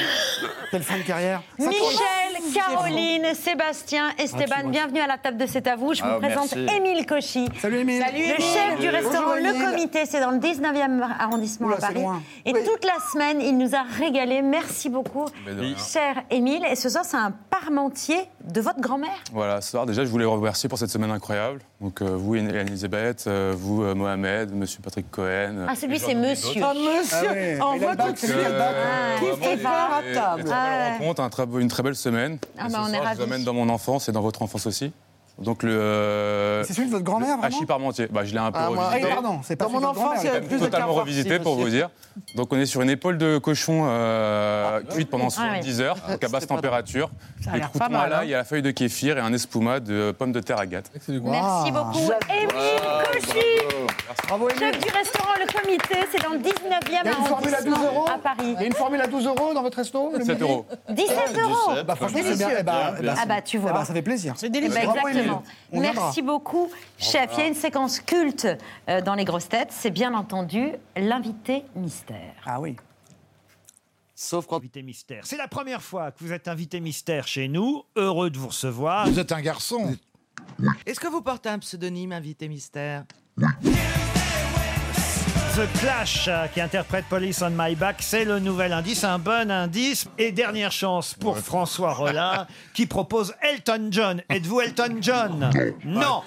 S2: quelle fin de carrière. Ça tourne.
S1: Michel, Caroline, Sébastien,
S2: Ah, tu
S1: Esteban,
S2: vois.
S1: bienvenue à la table de C'est à vous. Je vous
S2: Ah,
S1: présente
S2: merci.
S1: Émile Cauchy.
S2: Salut, Émile.
S1: Le
S2: Salut, Émile.
S1: chef du
S2: Bonjour,
S1: restaurant
S2: Émile.
S1: Le Comité, c'est dans le 19e arrondissement
S2: Oula,
S1: à
S2: c'est
S1: Paris.
S2: loin.
S1: Et toute la semaine, il nous a régalé. Merci beaucoup,
S9: Mais de rien.
S1: cher Émile. Et ce soir, c'est un parmentier de votre grand-mère.
S9: Voilà, ce soir, déjà, je voulais vous remercier pour cette semaine incroyable. Donc, euh, vous, Anne-Elisabeth, vous, euh, Mohamed, monsieur Patrick Cohen. euh,
S1: Ah, celui,
S9: les gens
S1: c'est
S9: de-
S1: monsieur.
S9: d'autres.
S1: monsieur,
S2: Ah,
S9: envoie tout de suite.
S2: euh,
S9: Ah,
S1: Qui fait peur à
S9: Et- et
S1: table.
S9: très belle rencontre, un très beau- une très belle semaine.
S1: Ah,
S9: Et ce
S1: bah, on est
S9: soir, je
S1: ravis.
S9: vous amène dans mon enfance et dans votre enfance aussi. Donc, le. euh,
S2: C'est celui de votre grand-mère,
S9: le
S2: vraiment
S9: Hachis Parmentier. Bah, je l'ai un peu
S2: Ah, moi-
S9: revisité.
S2: Ah, pardon, c'est pas
S9: Dans
S2: celui de votre grand-mère,
S9: Je l'ai totalement revisité pour vous dire. Donc on est sur une épaule de cochon euh, cuite pendant
S13: Ah, ouais.
S9: 70 heures, donc à basse température.
S13: Ça a
S9: Les
S13: l'air pas
S9: croutons
S13: mal,
S9: à l'ail,
S13: hein.
S9: il y a la feuille de kéfir et un espouma de pommes de terre agate.
S1: Merci beaucoup, Émile Cauchy.
S9: Bravo,
S1: Chef du restaurant Le Comité, c'est dans le 19e
S2: Il y a une formule à 12
S1: arrondissement
S2: euros
S1: à Paris.
S2: Il y a une formule à 12 euros dans votre resto le
S9: 7
S2: midi
S9: euros.
S1: 17 euros
S2: Bah, franchement, c'est bien.
S1: Délicieux.
S2: Eh bah, eh bah,
S1: Ah bah tu
S2: eh
S1: vois.
S2: bah, ça fait plaisir.
S1: C'est délicieux.
S2: Bravo, Émile.
S1: exactement.
S2: On viendra.
S1: Merci beaucoup, chef. Il y a une séquence culte euh, dans les grosses têtes, c'est bien entendu l'invité mystère.
S2: Ah oui.
S30: Sauf quand. Invité mystère. C'est la première fois que vous êtes invité mystère chez nous. Heureux de vous recevoir. Vous êtes un garçon.
S43: Est-ce que vous portez un pseudonyme, invité mystère
S30: The Clash, euh, qui interprète Police on My Back, c'est le nouvel indice, un bon indice. Et dernière chance pour François <laughs> Rollin, qui propose Elton John. Êtes-vous Elton John Non.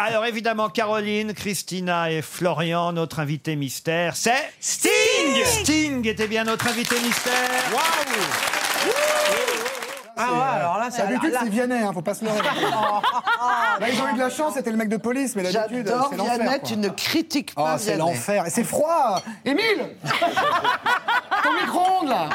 S30: Alors évidemment, Caroline, Christina et Florian, notre invité mystère, c'est Sting Sting était bien notre invité mystère.
S2: C'est, euh, c'est D'habitude,
S44: là-
S2: c'est Vianney, hein, faut pas se leurrer. Là, ils ont eu de la chance, c'était le mec de police, mais l'habitude,
S8: J'adore
S2: c'est l'enfer.
S8: Vianney,
S2: quoi.
S8: tu ne critiques
S2: Oh,
S8: pas
S2: c'est
S8: Vianney.
S2: l'enfer. Et c'est froid
S8: <laughs>
S2: Émile Ton micro-ondes, là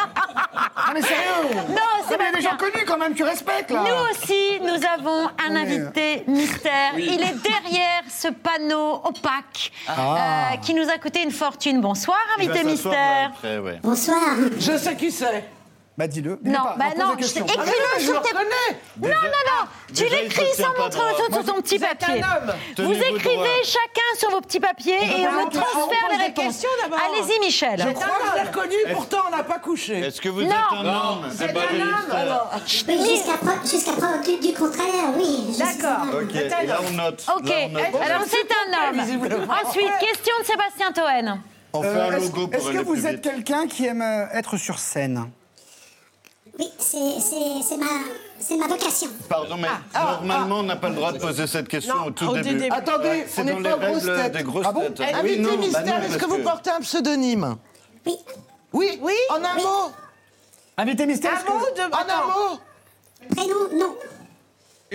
S2: Non, mais sérieux
S1: Non, c'est
S2: c'est Il y a des
S1: bien.
S2: gens connus, quand même, tu respectes, là
S1: Nous aussi, nous avons un invité mystère.
S2: Oui.
S1: Il est derrière ce panneau opaque
S9: Ah.
S1: euh, qui nous a coûté une fortune. Bonsoir,
S9: Il va
S1: invité
S9: s'asseoir,
S1: mystère. Bonsoir.
S8: Je sais qui c'est.
S2: Bah, dis-le.
S1: Non, bah non, je- écris-le sur tes... Eh, Non, non, non, tu
S2: déjà, il
S1: l'écris sans
S2: se tient pas
S1: montre
S2: droit.
S1: sur- sur
S2: Moi,
S1: ton petit
S2: vous êtes
S1: papier.
S2: un homme.
S1: Vous
S2: Tenez-vous droit.
S1: écrivez chacun sur vos petits papiers
S8: Mais
S1: et on
S8: bah,
S1: me
S8: on- on
S1: transfère
S8: pose
S1: les
S8: des
S1: réponses.
S8: questions d'abord.
S1: Allez-y, Michel.
S8: Je crois que je l'ai reconnu, pourtant on n'a pas couché.
S9: Est-ce que
S1: vous Non. êtes un homme
S9: Vous êtes un
S3: euh,
S9: homme, alors.
S4: Oui, jusqu'à preuve jusqu'à preuve du- du contraire, oui. D'accord.
S9: Ok, et là, on note.
S1: Ok, alors c'est un homme. Ensuite, question de Sébastien Toen.
S9: On fait un
S2: Euh, est-ce-
S9: logo pour
S2: Est-ce
S9: aller
S2: que vous
S9: plus
S2: êtes
S9: vite.
S2: quelqu'un qui aime euh, être sur scène
S4: Oui, c'est- c'est c'est ma, c'est ma vocation.
S3: Pardon,
S4: Ah,
S3: mais normalement, on n'a pas le droit de poser cette question au tout
S4: au
S3: début.
S4: début. Attendez,
S3: Ouais, c'est
S8: on n'est
S3: dans
S8: pas
S3: les
S8: aux grosses
S3: règles
S8: têtes.
S3: des grosses
S8: Ah bon
S3: têtes.
S8: Eh,
S3: Ah
S8: invité
S3: non, bah
S8: mystère,
S3: non,
S8: est-ce que
S3: parce
S8: vous portez un pseudonyme Oui. Oui En un mot
S2: Invité mystère
S8: Un mot de... En un mot
S4: Prénom, non.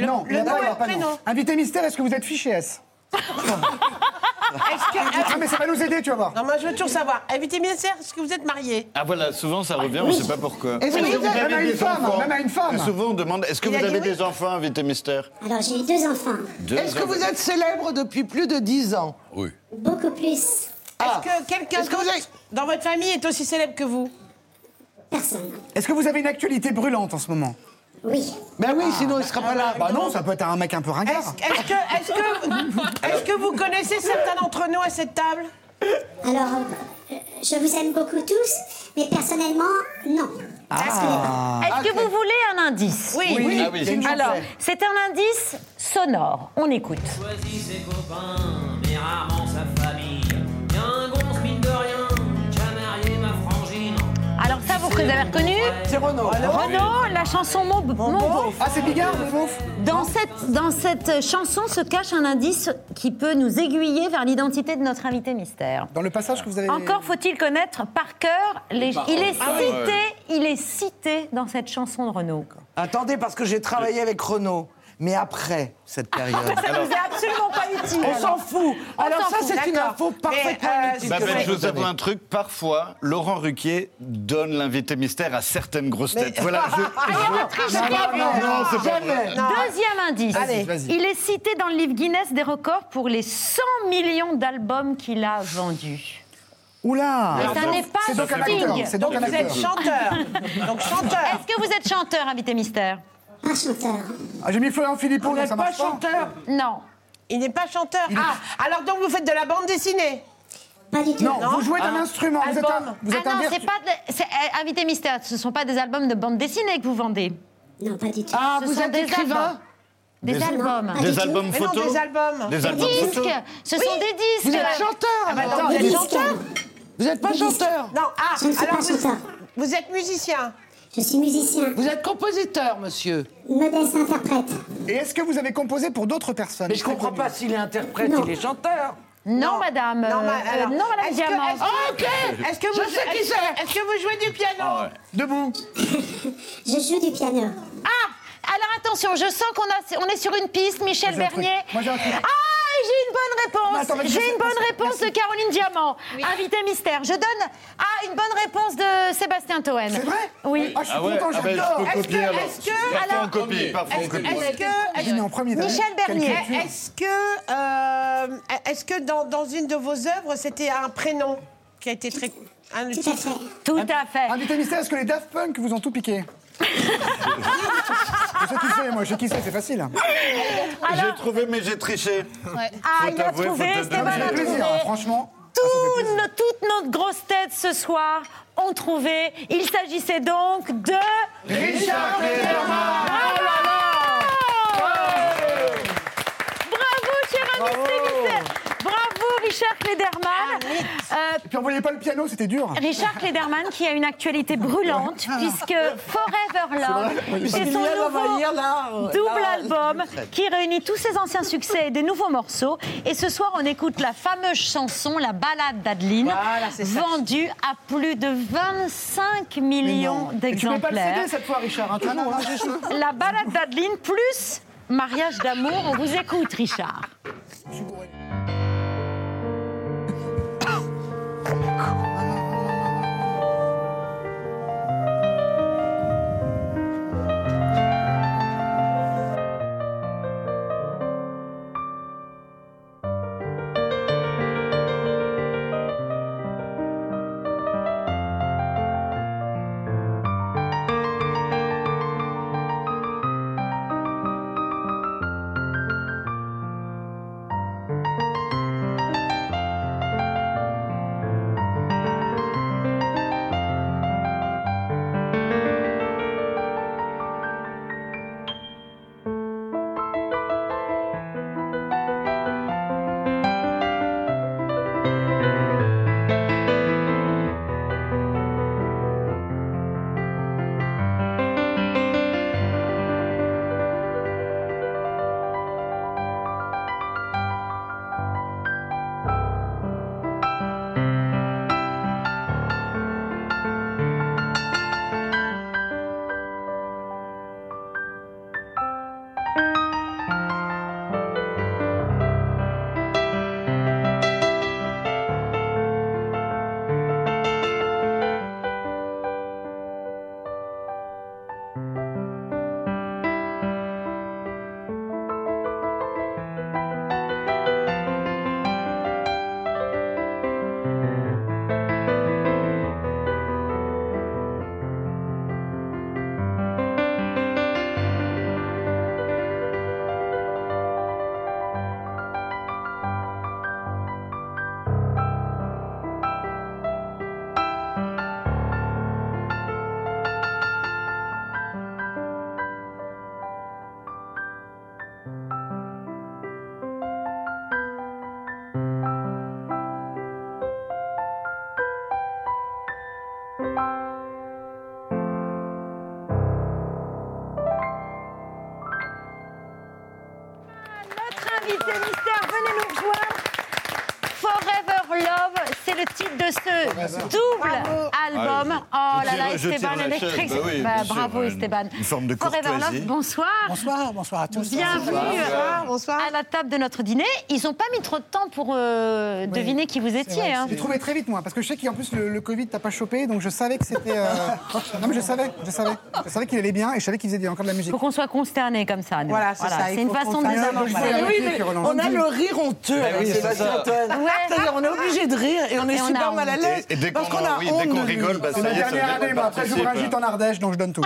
S2: Non, il
S8: le
S2: n'a pas-
S8: nom
S2: il
S8: et
S2: n'a
S8: le
S2: pas de nom.
S8: prénom.
S2: Invité mystère, est-ce que vous êtes fiché S
S44: Est-ce que- euh,
S2: Ah, mais ça va nous aider, tu vas voir.
S44: Non, moi je veux toujours savoir. Invité ministère, est-ce que vous êtes marié
S3: Ah voilà, souvent ça revient, on ne sait pas pourquoi.
S4: Est-ce que vous avez-
S2: Même à une femme, même à une femme.
S3: Et souvent on demande, est-ce que
S4: Il
S3: vous
S4: a dit
S3: avez
S4: oui.
S3: des enfants, invité mystère
S4: Alors, j'ai eu deux enfants.
S3: Deux
S8: Est-ce que
S3: enfants.
S8: vous êtes célèbre depuis plus de 10 ans Ah.
S9: Oui.
S4: Beaucoup plus.
S44: Est-ce que quelqu'un
S8: Est-ce que vous
S44: d'autre
S8: avez-
S44: dans votre famille est aussi célèbre que vous
S2: Est-ce que vous avez une actualité brûlante en ce moment
S4: Oui.
S8: Ben oui, sinon il sera pas là.
S2: Ah. Bah non, ça peut être un mec un peu ringard.
S44: Est-ce que, est-ce que, est-ce que vous connaissez certains d'entre nous à cette table
S4: Alors, euh, je vous aime beaucoup tous, mais personnellement, non. Parce que-
S1: Est-ce que vous voulez un indice
S4: Oui. Oui. Ah oui. Il y a une
S1: Alors,
S4: chanson.
S1: c'est un indice sonore. On écoute.
S4: Choisit ses copains, mais rarement sa famille. Y'a un gonze mine de rien, qui a marié ma frangine.
S1: Alors ça, vous avez reconnu
S4: C'est Renaud.
S1: Renaud, la chanson Mon, Mon
S4: Beauf.
S1: Beauf.
S4: Ah, c'est Bigard, Mon
S1: Dans cette, dans cette chanson se cache un indice qui peut nous aiguiller vers l'identité de notre invité mystère.
S2: Dans le passage que vous avez.
S1: Encore faut-il connaître par cœur les...
S2: Les paroles.
S1: Il est
S2: Ah oui.
S1: cité, il est cité dans cette chanson de Renaud.
S8: Attendez, parce que j'ai travaillé avec Renaud. Mais après cette période.
S21: Ça nous est absolument pas utile.
S8: On s'en fout.
S21: On
S8: Alors
S21: s'en
S8: ça,
S21: fout,
S8: c'est une
S21: d'accord.
S8: info parfaitement
S21: Mais, euh,
S8: inutile.
S3: Bah,
S8: que
S3: ben,
S8: vous
S3: je vous
S8: avez.
S3: avoue un truc, parfois, Laurent Ruquier donne l'invité mystère à certaines grosses
S8: Mais-
S3: têtes. Voilà,
S4: <laughs>
S3: je-
S4: Ah,
S8: Allez,
S3: je-
S8: Patrice,
S3: Non,
S8: jamais.
S3: non, non, c'est pas
S8: Jamais.
S3: vrai.
S8: Non.
S1: Deuxième indice.
S8: Vas-y, vas-y.
S1: Il est cité dans le livre Guinness des records pour les 100 millions d'albums qu'il a vendus.
S2: Oula
S1: Mais ça n'est pas
S2: Ah. C'est donc un
S1: Sting.
S2: acteur. C'est donc un
S1: Vous
S2: acteur.
S1: êtes chanteur. Est-ce que vous êtes chanteur, invité mystère Pas chanteur.
S2: Ah, j'ai mis Florian Philippot,
S4: Vous
S2: donc
S4: n'êtes
S2: ça
S4: pas
S2: marche pas.
S4: chanteur
S1: Non.
S4: Il n'est pas chanteur. Ah, alors donc vous faites de la bande dessinée Ah. Pas du
S2: tout. Non, vous jouez d'un instrument, vous êtes un- vous êtes
S1: ah
S2: un
S1: non,
S2: vertu-
S1: c'est pas de- c'est- euh, invité mystère. Ce ne sont pas des albums de bande dessinée que vous vendez. Non, pas du tout.
S4: Ah,
S1: ce
S4: vous
S1: sont
S4: êtes
S1: des
S4: écrivain
S1: albums. Des,
S3: Des-
S1: albums.
S3: Non, pas Des du tout. albums
S1: Mais
S3: photos
S1: Non, des albums.
S3: Des albums
S1: disques.
S3: photos
S1: Ce sont des disques.
S4: Vous êtes chanteur
S1: Ah, bah,
S4: attends,
S1: attends,
S4: Vous
S1: des
S4: êtes
S1: disques.
S4: chanteur Vous n'êtes pas chanteur Non, ah,
S8: Je ne suis
S4: alors
S8: pas
S4: vous,
S8: chanteur.
S4: vous êtes musicien
S8: Je suis musicien. Vous êtes compositeur, monsieur. Modeste interprète.
S2: Et est-ce que vous avez composé pour d'autres personnes
S8: Mais je comprends pas s'il est interprète, il est chanteur.
S1: Non, madame.
S4: Non,
S1: euh,
S4: ma- alors,
S1: non, madame
S4: est-ce que-
S1: Diamant.
S4: est-ce que-
S8: Ah, Ok
S4: Est-ce que
S8: Je
S4: vous
S8: sais qui
S4: est-ce-
S8: c'est.
S4: Est-ce que vous jouez du piano
S8: Ah
S2: Debout.
S16: Je joue du piano.
S1: Ah Alors attention, je sens qu'on a, on est sur une piste, Michel
S2: Moi, j'ai un truc.
S1: Bernier.
S2: Moi, j'ai un truc.
S1: Ah, j'ai une bonne
S2: Non,
S1: réponse.
S2: attends, vas-y,
S1: j'ai
S2: je-
S1: une bonne
S2: merci.
S1: réponse de Caroline Diamant, invité mystère. Je donne ah, une bonne réponse de Sébastien Toen. C'est
S2: vrai
S1: Oui.
S2: Ah, je suis content,
S3: ah ben,
S2: j'adore.
S3: je peux
S4: Est-ce
S3: copier
S4: que-
S3: alors.
S4: est-ce que-
S3: Parfois,
S4: alors-
S3: on copie, parfois, on copie.
S4: Est-ce que- est-ce-
S2: J'ai mis en premier, t'as vu
S4: Michel
S2: Quelle
S4: Bernier,
S2: culture.
S4: est-ce que, euh, est-ce que dans, dans une de vos œuvres, c'était un prénom qui a été très... un-
S1: Tout à fait.
S2: Invité mystère, est-ce que les Daft Punk vous ont tout piqué Je sais qui c'est, moi, je sais qui c'est, c'est facile.
S3: J'ai trouvé, mais j'ai triché.
S1: Ah, il a
S3: t'avouer,
S1: trouvé,
S3: faut te
S1: Esteban
S3: donner.
S1: a
S3: Ça fait
S1: trouvé.
S3: plaisir,
S2: franchement. Ah,
S1: Tout no- toutes nos grosses têtes ce soir ont trouvé. Il s'agissait donc de... Ah,
S35: Richard Clayderman.
S1: Bravo Oh, Bravo, cher ami Célibataire. Bravo, Richard Klederman. Euh,
S2: Ah, Et puis envoyez pas le piano, c'était dur. Ah.
S1: Richard Klederman qui a une actualité brûlante puisque Forever Love, c'est son nouveau double
S2: Ah,
S1: album qui réunit tous ses anciens succès et des nouveaux morceaux. Et ce soir, on écoute la fameuse chanson La Balade d'Adeline, vendue à plus de 25 millions
S2: Et tu peux pas le
S1: d'exemplaires.
S2: céder cette fois, Richard, hein, toujours, hein.
S1: La Balade d'Adeline plus Mariage d'amour, on vous écoute, Richard. Notre invité mystère, venez nous rejoindre. Forever Love, c'est c'était le titre de
S3: Oh,
S1: ce double album.
S3: ben, Ah
S1: Oh
S3: oui.
S1: là
S3: Je
S1: là,
S3: tire- je tire
S1: Esteban
S3: la chaise.
S1: Electric.
S3: Bah oui,
S1: Bah,
S3: bien sûr,
S1: bravo
S3: ouais.
S1: Esteban.
S3: Une forme de
S1: Forever Love,
S3: courtoisie.
S1: bonsoir.
S2: Bonsoir, bonsoir à tous.
S1: Bienvenue
S2: Bonsoir.
S1: euh, à la table de notre dîner. Ils n'ont pas mis trop de temps pour euh, deviner qui vous
S2: C'est vrai,
S1: étiez. hein.
S2: J'ai trouvé très vite, moi, parce que je sais qu'en plus, le, le Covid t'a pas chopé, donc je savais que c'était. euh, <laughs> Non, mais je savais, je savais. Je savais qu'il allait bien et je savais qu'il faisait encore de la musique.
S1: Faut qu'on soit consterné comme ça. nous.
S2: Voilà, c'est ça, il
S1: C'est une
S2: faut
S1: façon
S2: qu'on
S1: de
S2: fasse-
S1: nous
S2: Oui,
S1: aborder.
S2: mais on a le rire
S8: honteux
S3: Bah oui,
S8: avec
S3: c'est ça.
S8: Sébastien Antoine.
S1: Ouais.
S8: C'est-à-dire, on est obligé de rire et on est
S2: Et on
S8: super
S2: a
S8: mal à
S2: honte.
S8: l'aise.
S3: Et- et dès
S8: parce
S3: qu'on
S8: qu'on
S3: a-
S8: a
S3: oui, dès
S8: honte
S3: qu'on
S8: de lui.
S3: rigole, bah, ça
S2: C'est ma
S3: y est, ça
S2: dernière
S3: devient
S2: année, moi. Après, je vous
S3: participe.
S2: ragite en Ardèche, donc je donne tout.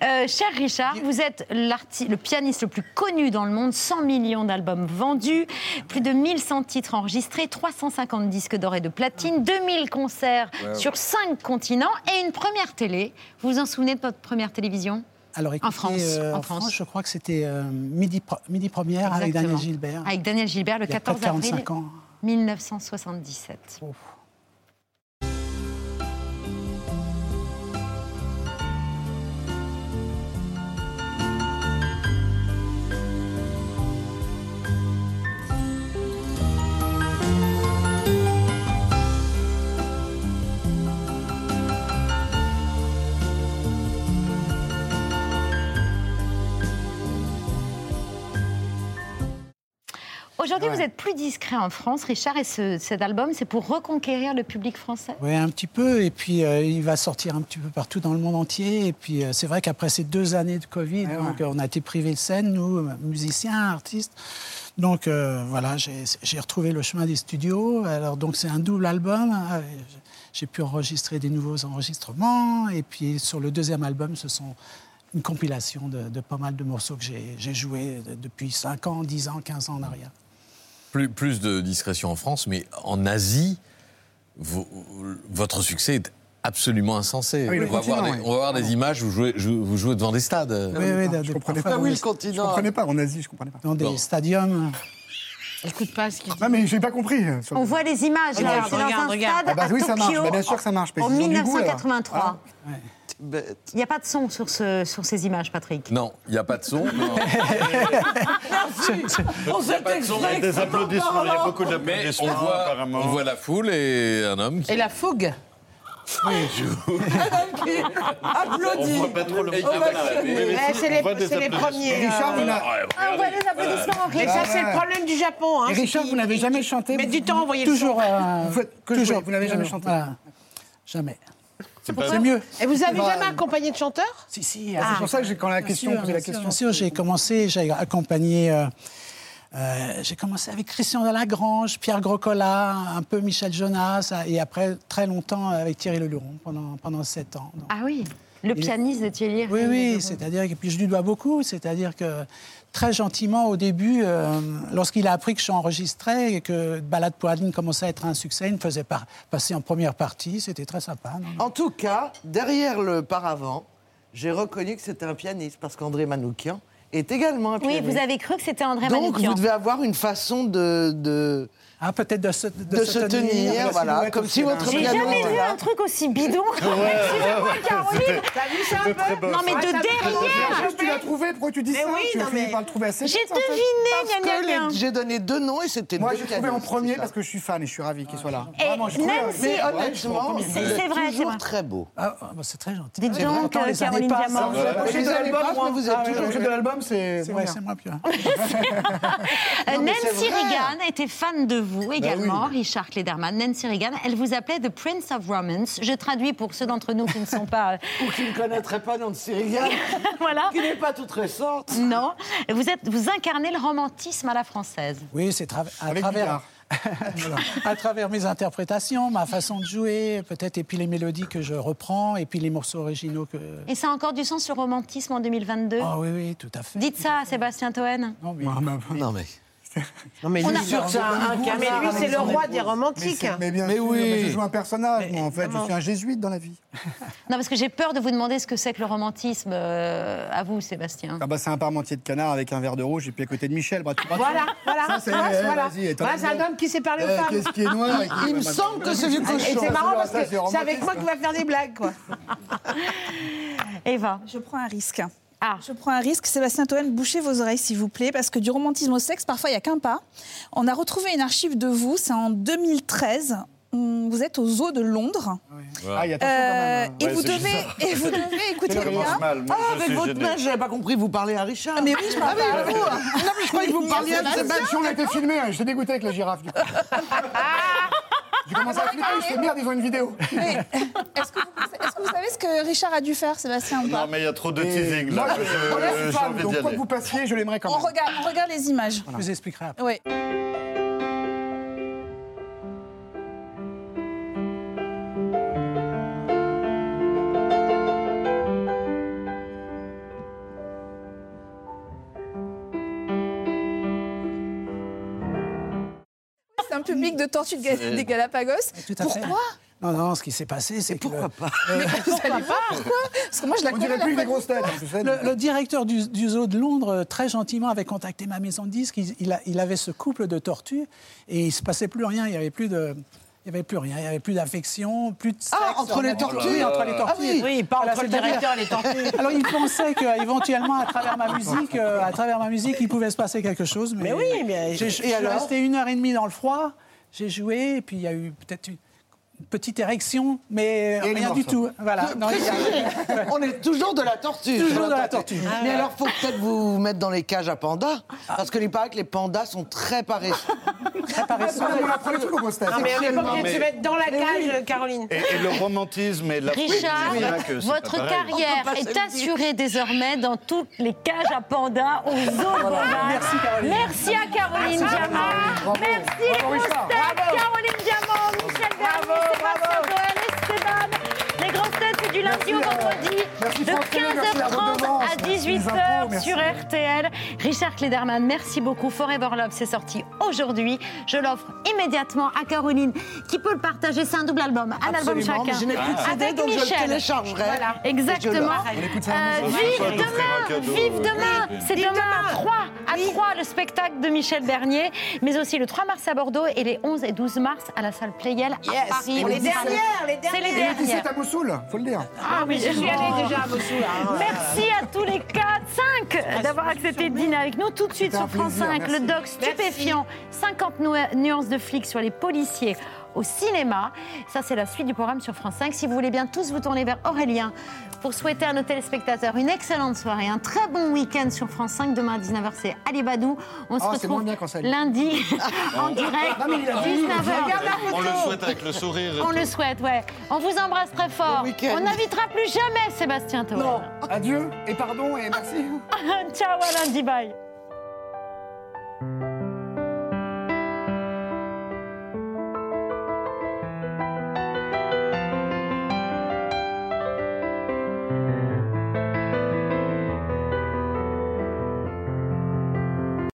S3: Ah,
S1: Euh, cher Richard, vous êtes l'arti- le pianiste le plus connu dans le monde, 100 millions d'albums vendus, plus de 1100 titres enregistrés, 350 disques d'or et de platine, 2000 concerts
S2: Wow.
S1: sur 5 continents et une première télé. Vous vous en souvenez de votre première télévision
S7: Alors, écoutez,
S1: En France,
S7: euh,
S1: en
S7: en
S1: France.
S7: France, je crois que c'était euh, midi, pro- midi première Ah, avec
S1: Exactement.
S7: Daniel Gilbert.
S1: Avec Daniel Gilbert le
S7: Il y a pas
S1: 14
S7: de
S1: avril
S7: 45 ans.
S1: 1977.
S7: Ah
S1: Aujourd'hui, vous êtes plus discret en France, Richard, et ce- cet album, c'est pour reconquérir le public français.
S7: Oui, un petit peu. Et puis, euh, il va sortir un petit peu partout dans le monde entier. Et puis, euh, c'est vrai qu'après ces deux années de Covid, donc, euh, on a été privés de scène, nous, euh, musiciens, artistes. Donc, euh, voilà, j'ai j'ai retrouvé le chemin des studios. Alors, donc, c'est un double album. Euh, J'ai pu enregistrer des nouveaux enregistrements. Et puis, sur le deuxième album, ce sont une compilation de, de pas mal de morceaux que j'ai j'ai joués de- depuis 5 ans, 10 ans, 15 ans en arrière.
S15: Plus, plus de discrétion en France, mais en Asie, vo- votre succès est absolument insensé.
S7: Ah oui, le
S15: on, va voir des,
S7: continent, oui.
S15: on va voir des images, vous jouez, jou- vous jouez devant des stades.
S7: Oui, oui, des- des- parfois dans des-
S2: Je comprenais pas, en Asie, je comprenais pas.
S7: Dans des stadiums.
S2: J'écoute pas ce qu'il dit. Non, mais j'ai pas compris. euh,
S1: On voit les images, là,
S2: Regarde,
S1: c'est dans
S2: regarde,
S1: un
S2: regarde.
S1: stade
S2: Ah bah
S1: à
S2: oui, ça marche.
S1: Tokyo
S2: Bah bien sûr que ça marche, parce
S1: en
S2: qu'ils ont du goût, là.
S1: 1983. Ah. Il n'y a pas de son sur, ce- sur ces images, Patrick.
S15: Non,
S8: Ah,
S15: il n'y a pas de son.
S1: Oh,
S3: On s'est
S15: extrait
S3: Des applaudissements, il y a beaucoup
S15: Mais on
S3: d'applaudissements
S15: voit,
S3: apparemment.
S15: on voit la foule et un homme qui
S4: Et la
S1: <laughs>
S4: fougue
S15: Applaudis. <laughs> On voit pas trop le
S4: Eh,
S21: Oh,
S15: monde.
S4: C'est les, c'est les premiers.
S2: Richard, vous
S4: euh,
S2: n'a-
S4: Ah, on voit les applaudissements, Henri. Et ça, c'est le problème du
S1: Oh,
S4: Japon. Hein,
S2: Et Richard,
S4: c'est
S2: vous n'avez
S4: qu'il-
S2: jamais chanté.
S4: Mais
S2: vous-
S4: du temps, envoyez le
S7: Toujours.
S4: son.
S7: euh,
S2: Vous faites que
S7: toujours.
S2: jouer, vous n'avez jamais chanté.
S7: Voilà. Jamais.
S2: C'est
S7: pour
S2: pas-
S7: ça. C'est mieux.
S4: Et vous avez
S7: Bah,
S4: jamais accompagné de chanteur
S7: Si, si.
S2: Ah, c'est pour ça que j'ai- quand la question,
S7: sûr,
S2: posé la
S7: bien sûr,
S2: question.
S7: Bien sûr, j'ai commencé, j'ai accompagné. euh, euh, j'ai commencé avec Christian Lagrange, Pierre Grocola, un peu Michel Jonas, euh, et après très longtemps euh, avec Thierry Leluron pendant, pendant 7 ans. Donc,
S1: Ah oui, le
S7: Il-
S1: pianiste de Thierry.
S7: oui, oui, c'est-à-dire que puis je lui dois beaucoup, c'est-à-dire que très gentiment au début, euh, lorsqu'il a appris que je enregistré et que Balade pour Adeline commençait à être un succès, il me faisait par- passer en première partie, c'était très sympa. non, non.
S8: En tout cas, derrière le paravent, j'ai reconnu que c'était un pianiste parce qu'André Manoukian est également un
S1: Oui,
S8: pianiste.
S1: vous avez cru que c'était André
S8: Donc
S1: Manoukian.
S8: vous devez avoir une façon de. de...
S7: Ah, peut-être de se,
S8: de se tenir, voilà, comme si votre
S1: J'ai
S8: piano
S1: jamais
S8: était
S1: vu
S8: là.
S1: un truc aussi bidon. <laughs> Excusez-moi, Caroline. Non, mais de derrière.
S2: Tu l'as trouvé, pourquoi tu dis ça Tu as fini par le trouver assez
S1: J'ai
S2: vite, en fait.
S1: deviné,
S8: Parce que
S1: gna gna gna.
S8: les- J'ai donné deux noms et c'était
S2: Moi,
S8: deux
S2: j'ai trouvé
S8: pianos,
S2: en premier
S8: c'est ça.
S2: parce que je suis fan et je suis ravi qu'il soit là.
S1: Et
S2: Vraiment, je
S1: même si-
S2: mais
S1: Mais honnêtement, c'est- c'est vrai, c'est vrai.
S8: très beau.
S7: Ah, ah, bah, c'est très gentil.
S1: Dites
S7: C'est
S1: donc, euh,
S7: vrai, quand les
S1: Caroline
S7: années passent,
S1: Diamant.
S7: vous avez-
S8: Les albums, moi, vous êtes toujours.
S2: de l'album, c'est.
S7: C'est vrai, c'est moi, Pierre.
S1: Euh,
S8: Non, mais c'est
S1: Nancy
S8: vrai. Bah
S1: Reagan était fan de vous également, Richard Klederman. Nancy Reagan, elle vous appelait The Prince of Romance. Je traduis pour ceux d'entre nous qui ne sont pas. euh,
S8: <laughs> Ou qui ne connaîtrait pas Nancy Reagan,
S1: <laughs> voilà.
S8: qui n'est pas toute récente.
S1: Non. Vous, êtes, vous incarnez le romantisme à la française.
S7: Oui, c'est tra- à, travers, <laughs> Voilà. à travers mes interprétations, ma façon de jouer, peut-être, et puis les mélodies que je reprends, et puis les morceaux originaux que...
S1: Et ça a encore du sens, le romantisme en 2022
S7: Ah oui, oui, tout à fait.
S1: Dites ça à Sébastien Toen.
S7: Non, mais...
S15: Non, mais...
S4: Non, mais
S1: On
S4: lui,
S1: a-
S4: sûr que c'est un- un
S2: Mais
S4: canard,
S2: lui,
S4: un
S2: c'est le
S4: maison
S2: roi
S1: des romantiques.
S2: Mais, c'est- mais bien
S1: Mais
S2: sûr,
S1: oui.
S2: mais je joue un personnage, moi, en fait. Je suis un jésuite dans la vie.
S1: Non, parce que j'ai peur de vous demander ce que c'est que le romantisme euh, à vous, Sébastien.
S2: Ah bah, c'est un parmentier de canard avec un verre de rouge et puis à côté de Michel. Bah, tu vois, tu-
S4: Voilà, voilà.
S2: Ça, c'est-
S4: voilà,
S2: eh,
S4: voilà.
S2: vas-y, étonne-toi.
S4: Voilà, c'est un homme qui sait parler aux
S8: Eh,
S2: Euh,
S4: femmes. Ah,
S2: qu'est-ce qui est noir et qui-
S4: Il me semble que
S2: Ah,
S4: c'est du cochon. Et c'est marrant parce que c'est avec moi qu'il va faire des blagues, quoi.
S1: Eva.
S37: Je prends un risque. Je prends un risque. Sébastien Toen, bouchez vos oreilles, s'il vous plaît, parce que du romantisme au sexe, parfois, il n'y a qu'un pas. On a retrouvé une archive de vous, c'est en 2013. on- vous êtes aux eaux de Londres.
S2: Ah, il y a
S37: Euh,
S2: attention quand même. hein.
S37: et, vous devez, et vous devez écouter bien.
S8: ah, avec votre main, j'avais pas compris, vous parlez à Richard.
S37: Ah, mais oui, je parle à vous.
S8: Non, mais je croyais que vous parliez à
S2: Même si on
S8: Sébastien.
S2: était filmé, hein, j'étais dégoûté avec la girafe. Du coup. J'ai commencé
S37: Ah,
S2: à flipper, je fais merde, ils ont une vidéo.
S37: Est-ce que, vous- Euh, est-ce que vous savez ce que Richard a dû faire, Sébastien ou
S3: Non,
S37: pas
S3: mais il y a trop de
S2: Et
S3: teasing là.
S2: moi, je-
S3: Je- euh,
S2: moi, je suis
S3: j'ai
S2: fan,
S3: envie
S2: donc
S3: d'y
S2: quoi
S3: aller.
S2: que vous passiez, je l'aimerais quand
S37: on
S2: même.
S37: regarde, on regarde les images.
S7: Je vous expliquerai après.
S37: Oui. C'est un public de tortues de Ga-
S7: C'est-
S37: des Galapagos.
S7: Tout à fait.
S37: Pourquoi
S7: Non, non, ce qui s'est passé, c'est que... euh, le-
S37: Mais pourquoi pas Pourquoi Parce que moi, je la
S2: On
S37: connais.
S2: dirait
S37: la
S2: plus que des
S37: compagnie.
S2: grosses têtes. hein, tu sais.
S7: Le, le directeur du, du zoo de Londres, euh, très gentiment, avait contacté ma maison de disques. Il, il a- il avait ce couple de tortues et il ne se passait plus rien. Il n'y avait plus de. Il y avait plus rien, il n'y avait plus d'affection, plus de sexe.
S8: Ah, entre les
S7: Oui,
S8: tortues.
S7: entre les tortues.
S8: Ah oui. Oui, pas
S7: Voilà,
S8: entre le
S7: c'est-à-dire-
S8: directeur et les tortues.
S7: Alors il pensait qu'éventuellement, à travers ma musique, euh, à travers ma musique, il pouvait se passer quelque chose. Mais,
S4: Mais oui, mais-
S7: j'ai-
S4: et
S7: je suis
S4: alors
S7: resté une heure et demie dans le froid. J'ai joué et puis il y a eu peut-être une petite érection, mais
S8: elle est
S7: rien
S8: morte.
S7: du tout.
S8: <laughs>
S7: Voilà. Non, il y a- <laughs>
S8: On est toujours de la tortue. Ah.
S7: Toujours
S8: sur
S7: de la tortue. Ah
S8: Mais
S7: ouais.
S8: alors, faut peut-être vous mettre dans les cages à pandas, parce que il paraît que les pandas sont très paresseux.
S2: Ah, On apprend les trucs aux grosses têtes.
S4: Non, mais on est pas obligé de
S3: mais-
S4: se mettre dans la cage, Caroline.
S3: Et, et le romantisme et la
S1: Richard,
S3: c'est vrai hein, que c'est pas
S1: votre
S3: pareil.
S1: carrière
S4: On peut pas se
S1: est
S4: le
S1: assurée désormais dans toutes les cages à pandas aux zoos
S7: Merci, Caroline.
S1: Merci à Caroline Diamant. Merci aux grosses têtes, Caroline Diamant, Michel Bernier, Sébastien Cohen, Esteban. Les grosses têtes, c'est du lundi au vendredi
S2: Merci,
S1: de
S2: Franck Reynaud, merci, la
S1: 15h30
S2: redevance,
S1: à
S2: les impôts,
S1: 18h
S2: merci.
S1: sur
S4: E.
S1: RTL. Richard Klederman, merci beaucoup. Forever Love, c'est sorti aujourd'hui. Je l'offre immédiatement à Caroline qui peut le partager. C'est un double album, un album
S8: Absolument,
S1: chacun. Ah.
S8: mais je n'ai plus de CD,
S1: Avec
S8: donc je le
S1: Michel.
S8: téléchargerai
S1: Voilà,
S8: et je
S1: exactement.
S8: l'offre. On
S2: écoute ça à la
S1: Euh,
S3: maison.
S1: vive
S3: Ça, ça nous fera un
S1: demain,
S3: cadeau,
S1: vive
S3: oui.
S1: demain.
S3: Oui.
S1: C'est demain, à 3, à 3, le spectacle de Michel Bernier, mais aussi le 3 mars à Bordeaux et les 11 et 12 mars à la salle Playel à
S4: Yes.
S1: Paris.
S4: Et les dernières, les
S1: C'est les
S4: dernières.
S2: Et le 17
S1: dernières.
S2: à Mossoul, faut le dire.
S4: Ah, mais je suis allée déjà à Mossoul. hein.
S1: Merci à tous les 4, 5 d'avoir accepté de dîner avec nous tout de suite
S2: C'était
S1: sur
S2: un
S1: France
S2: plaisir,
S1: 5, le
S2: merci.
S1: doc stupéfiant, 50 nu- nuances de flics sur les policiers au cinéma. Ça, c'est la suite du programme sur France 5. Si vous voulez bien tous vous tourner vers Aurélien pour souhaiter à nos téléspectateurs une excellente soirée, un très bon week-end sur France 5. Demain à 19h, c'est Ali Badou. On se
S2: Ah, c'est
S1: retrouve
S2: moins bien quand c'est Ali.
S1: lundi en direct,
S2: Ah, Non, mais il a dit,
S1: 19h.
S3: On le souhaite avec le sourire. et
S1: On
S3: tout.
S1: le souhaite, ouais. On vous embrasse très fort.
S8: week-end.
S1: On n'invitera plus jamais Sébastien Toer.
S2: Non, adieu et pardon et merci.
S1: <laughs> Ciao à lundi, bye.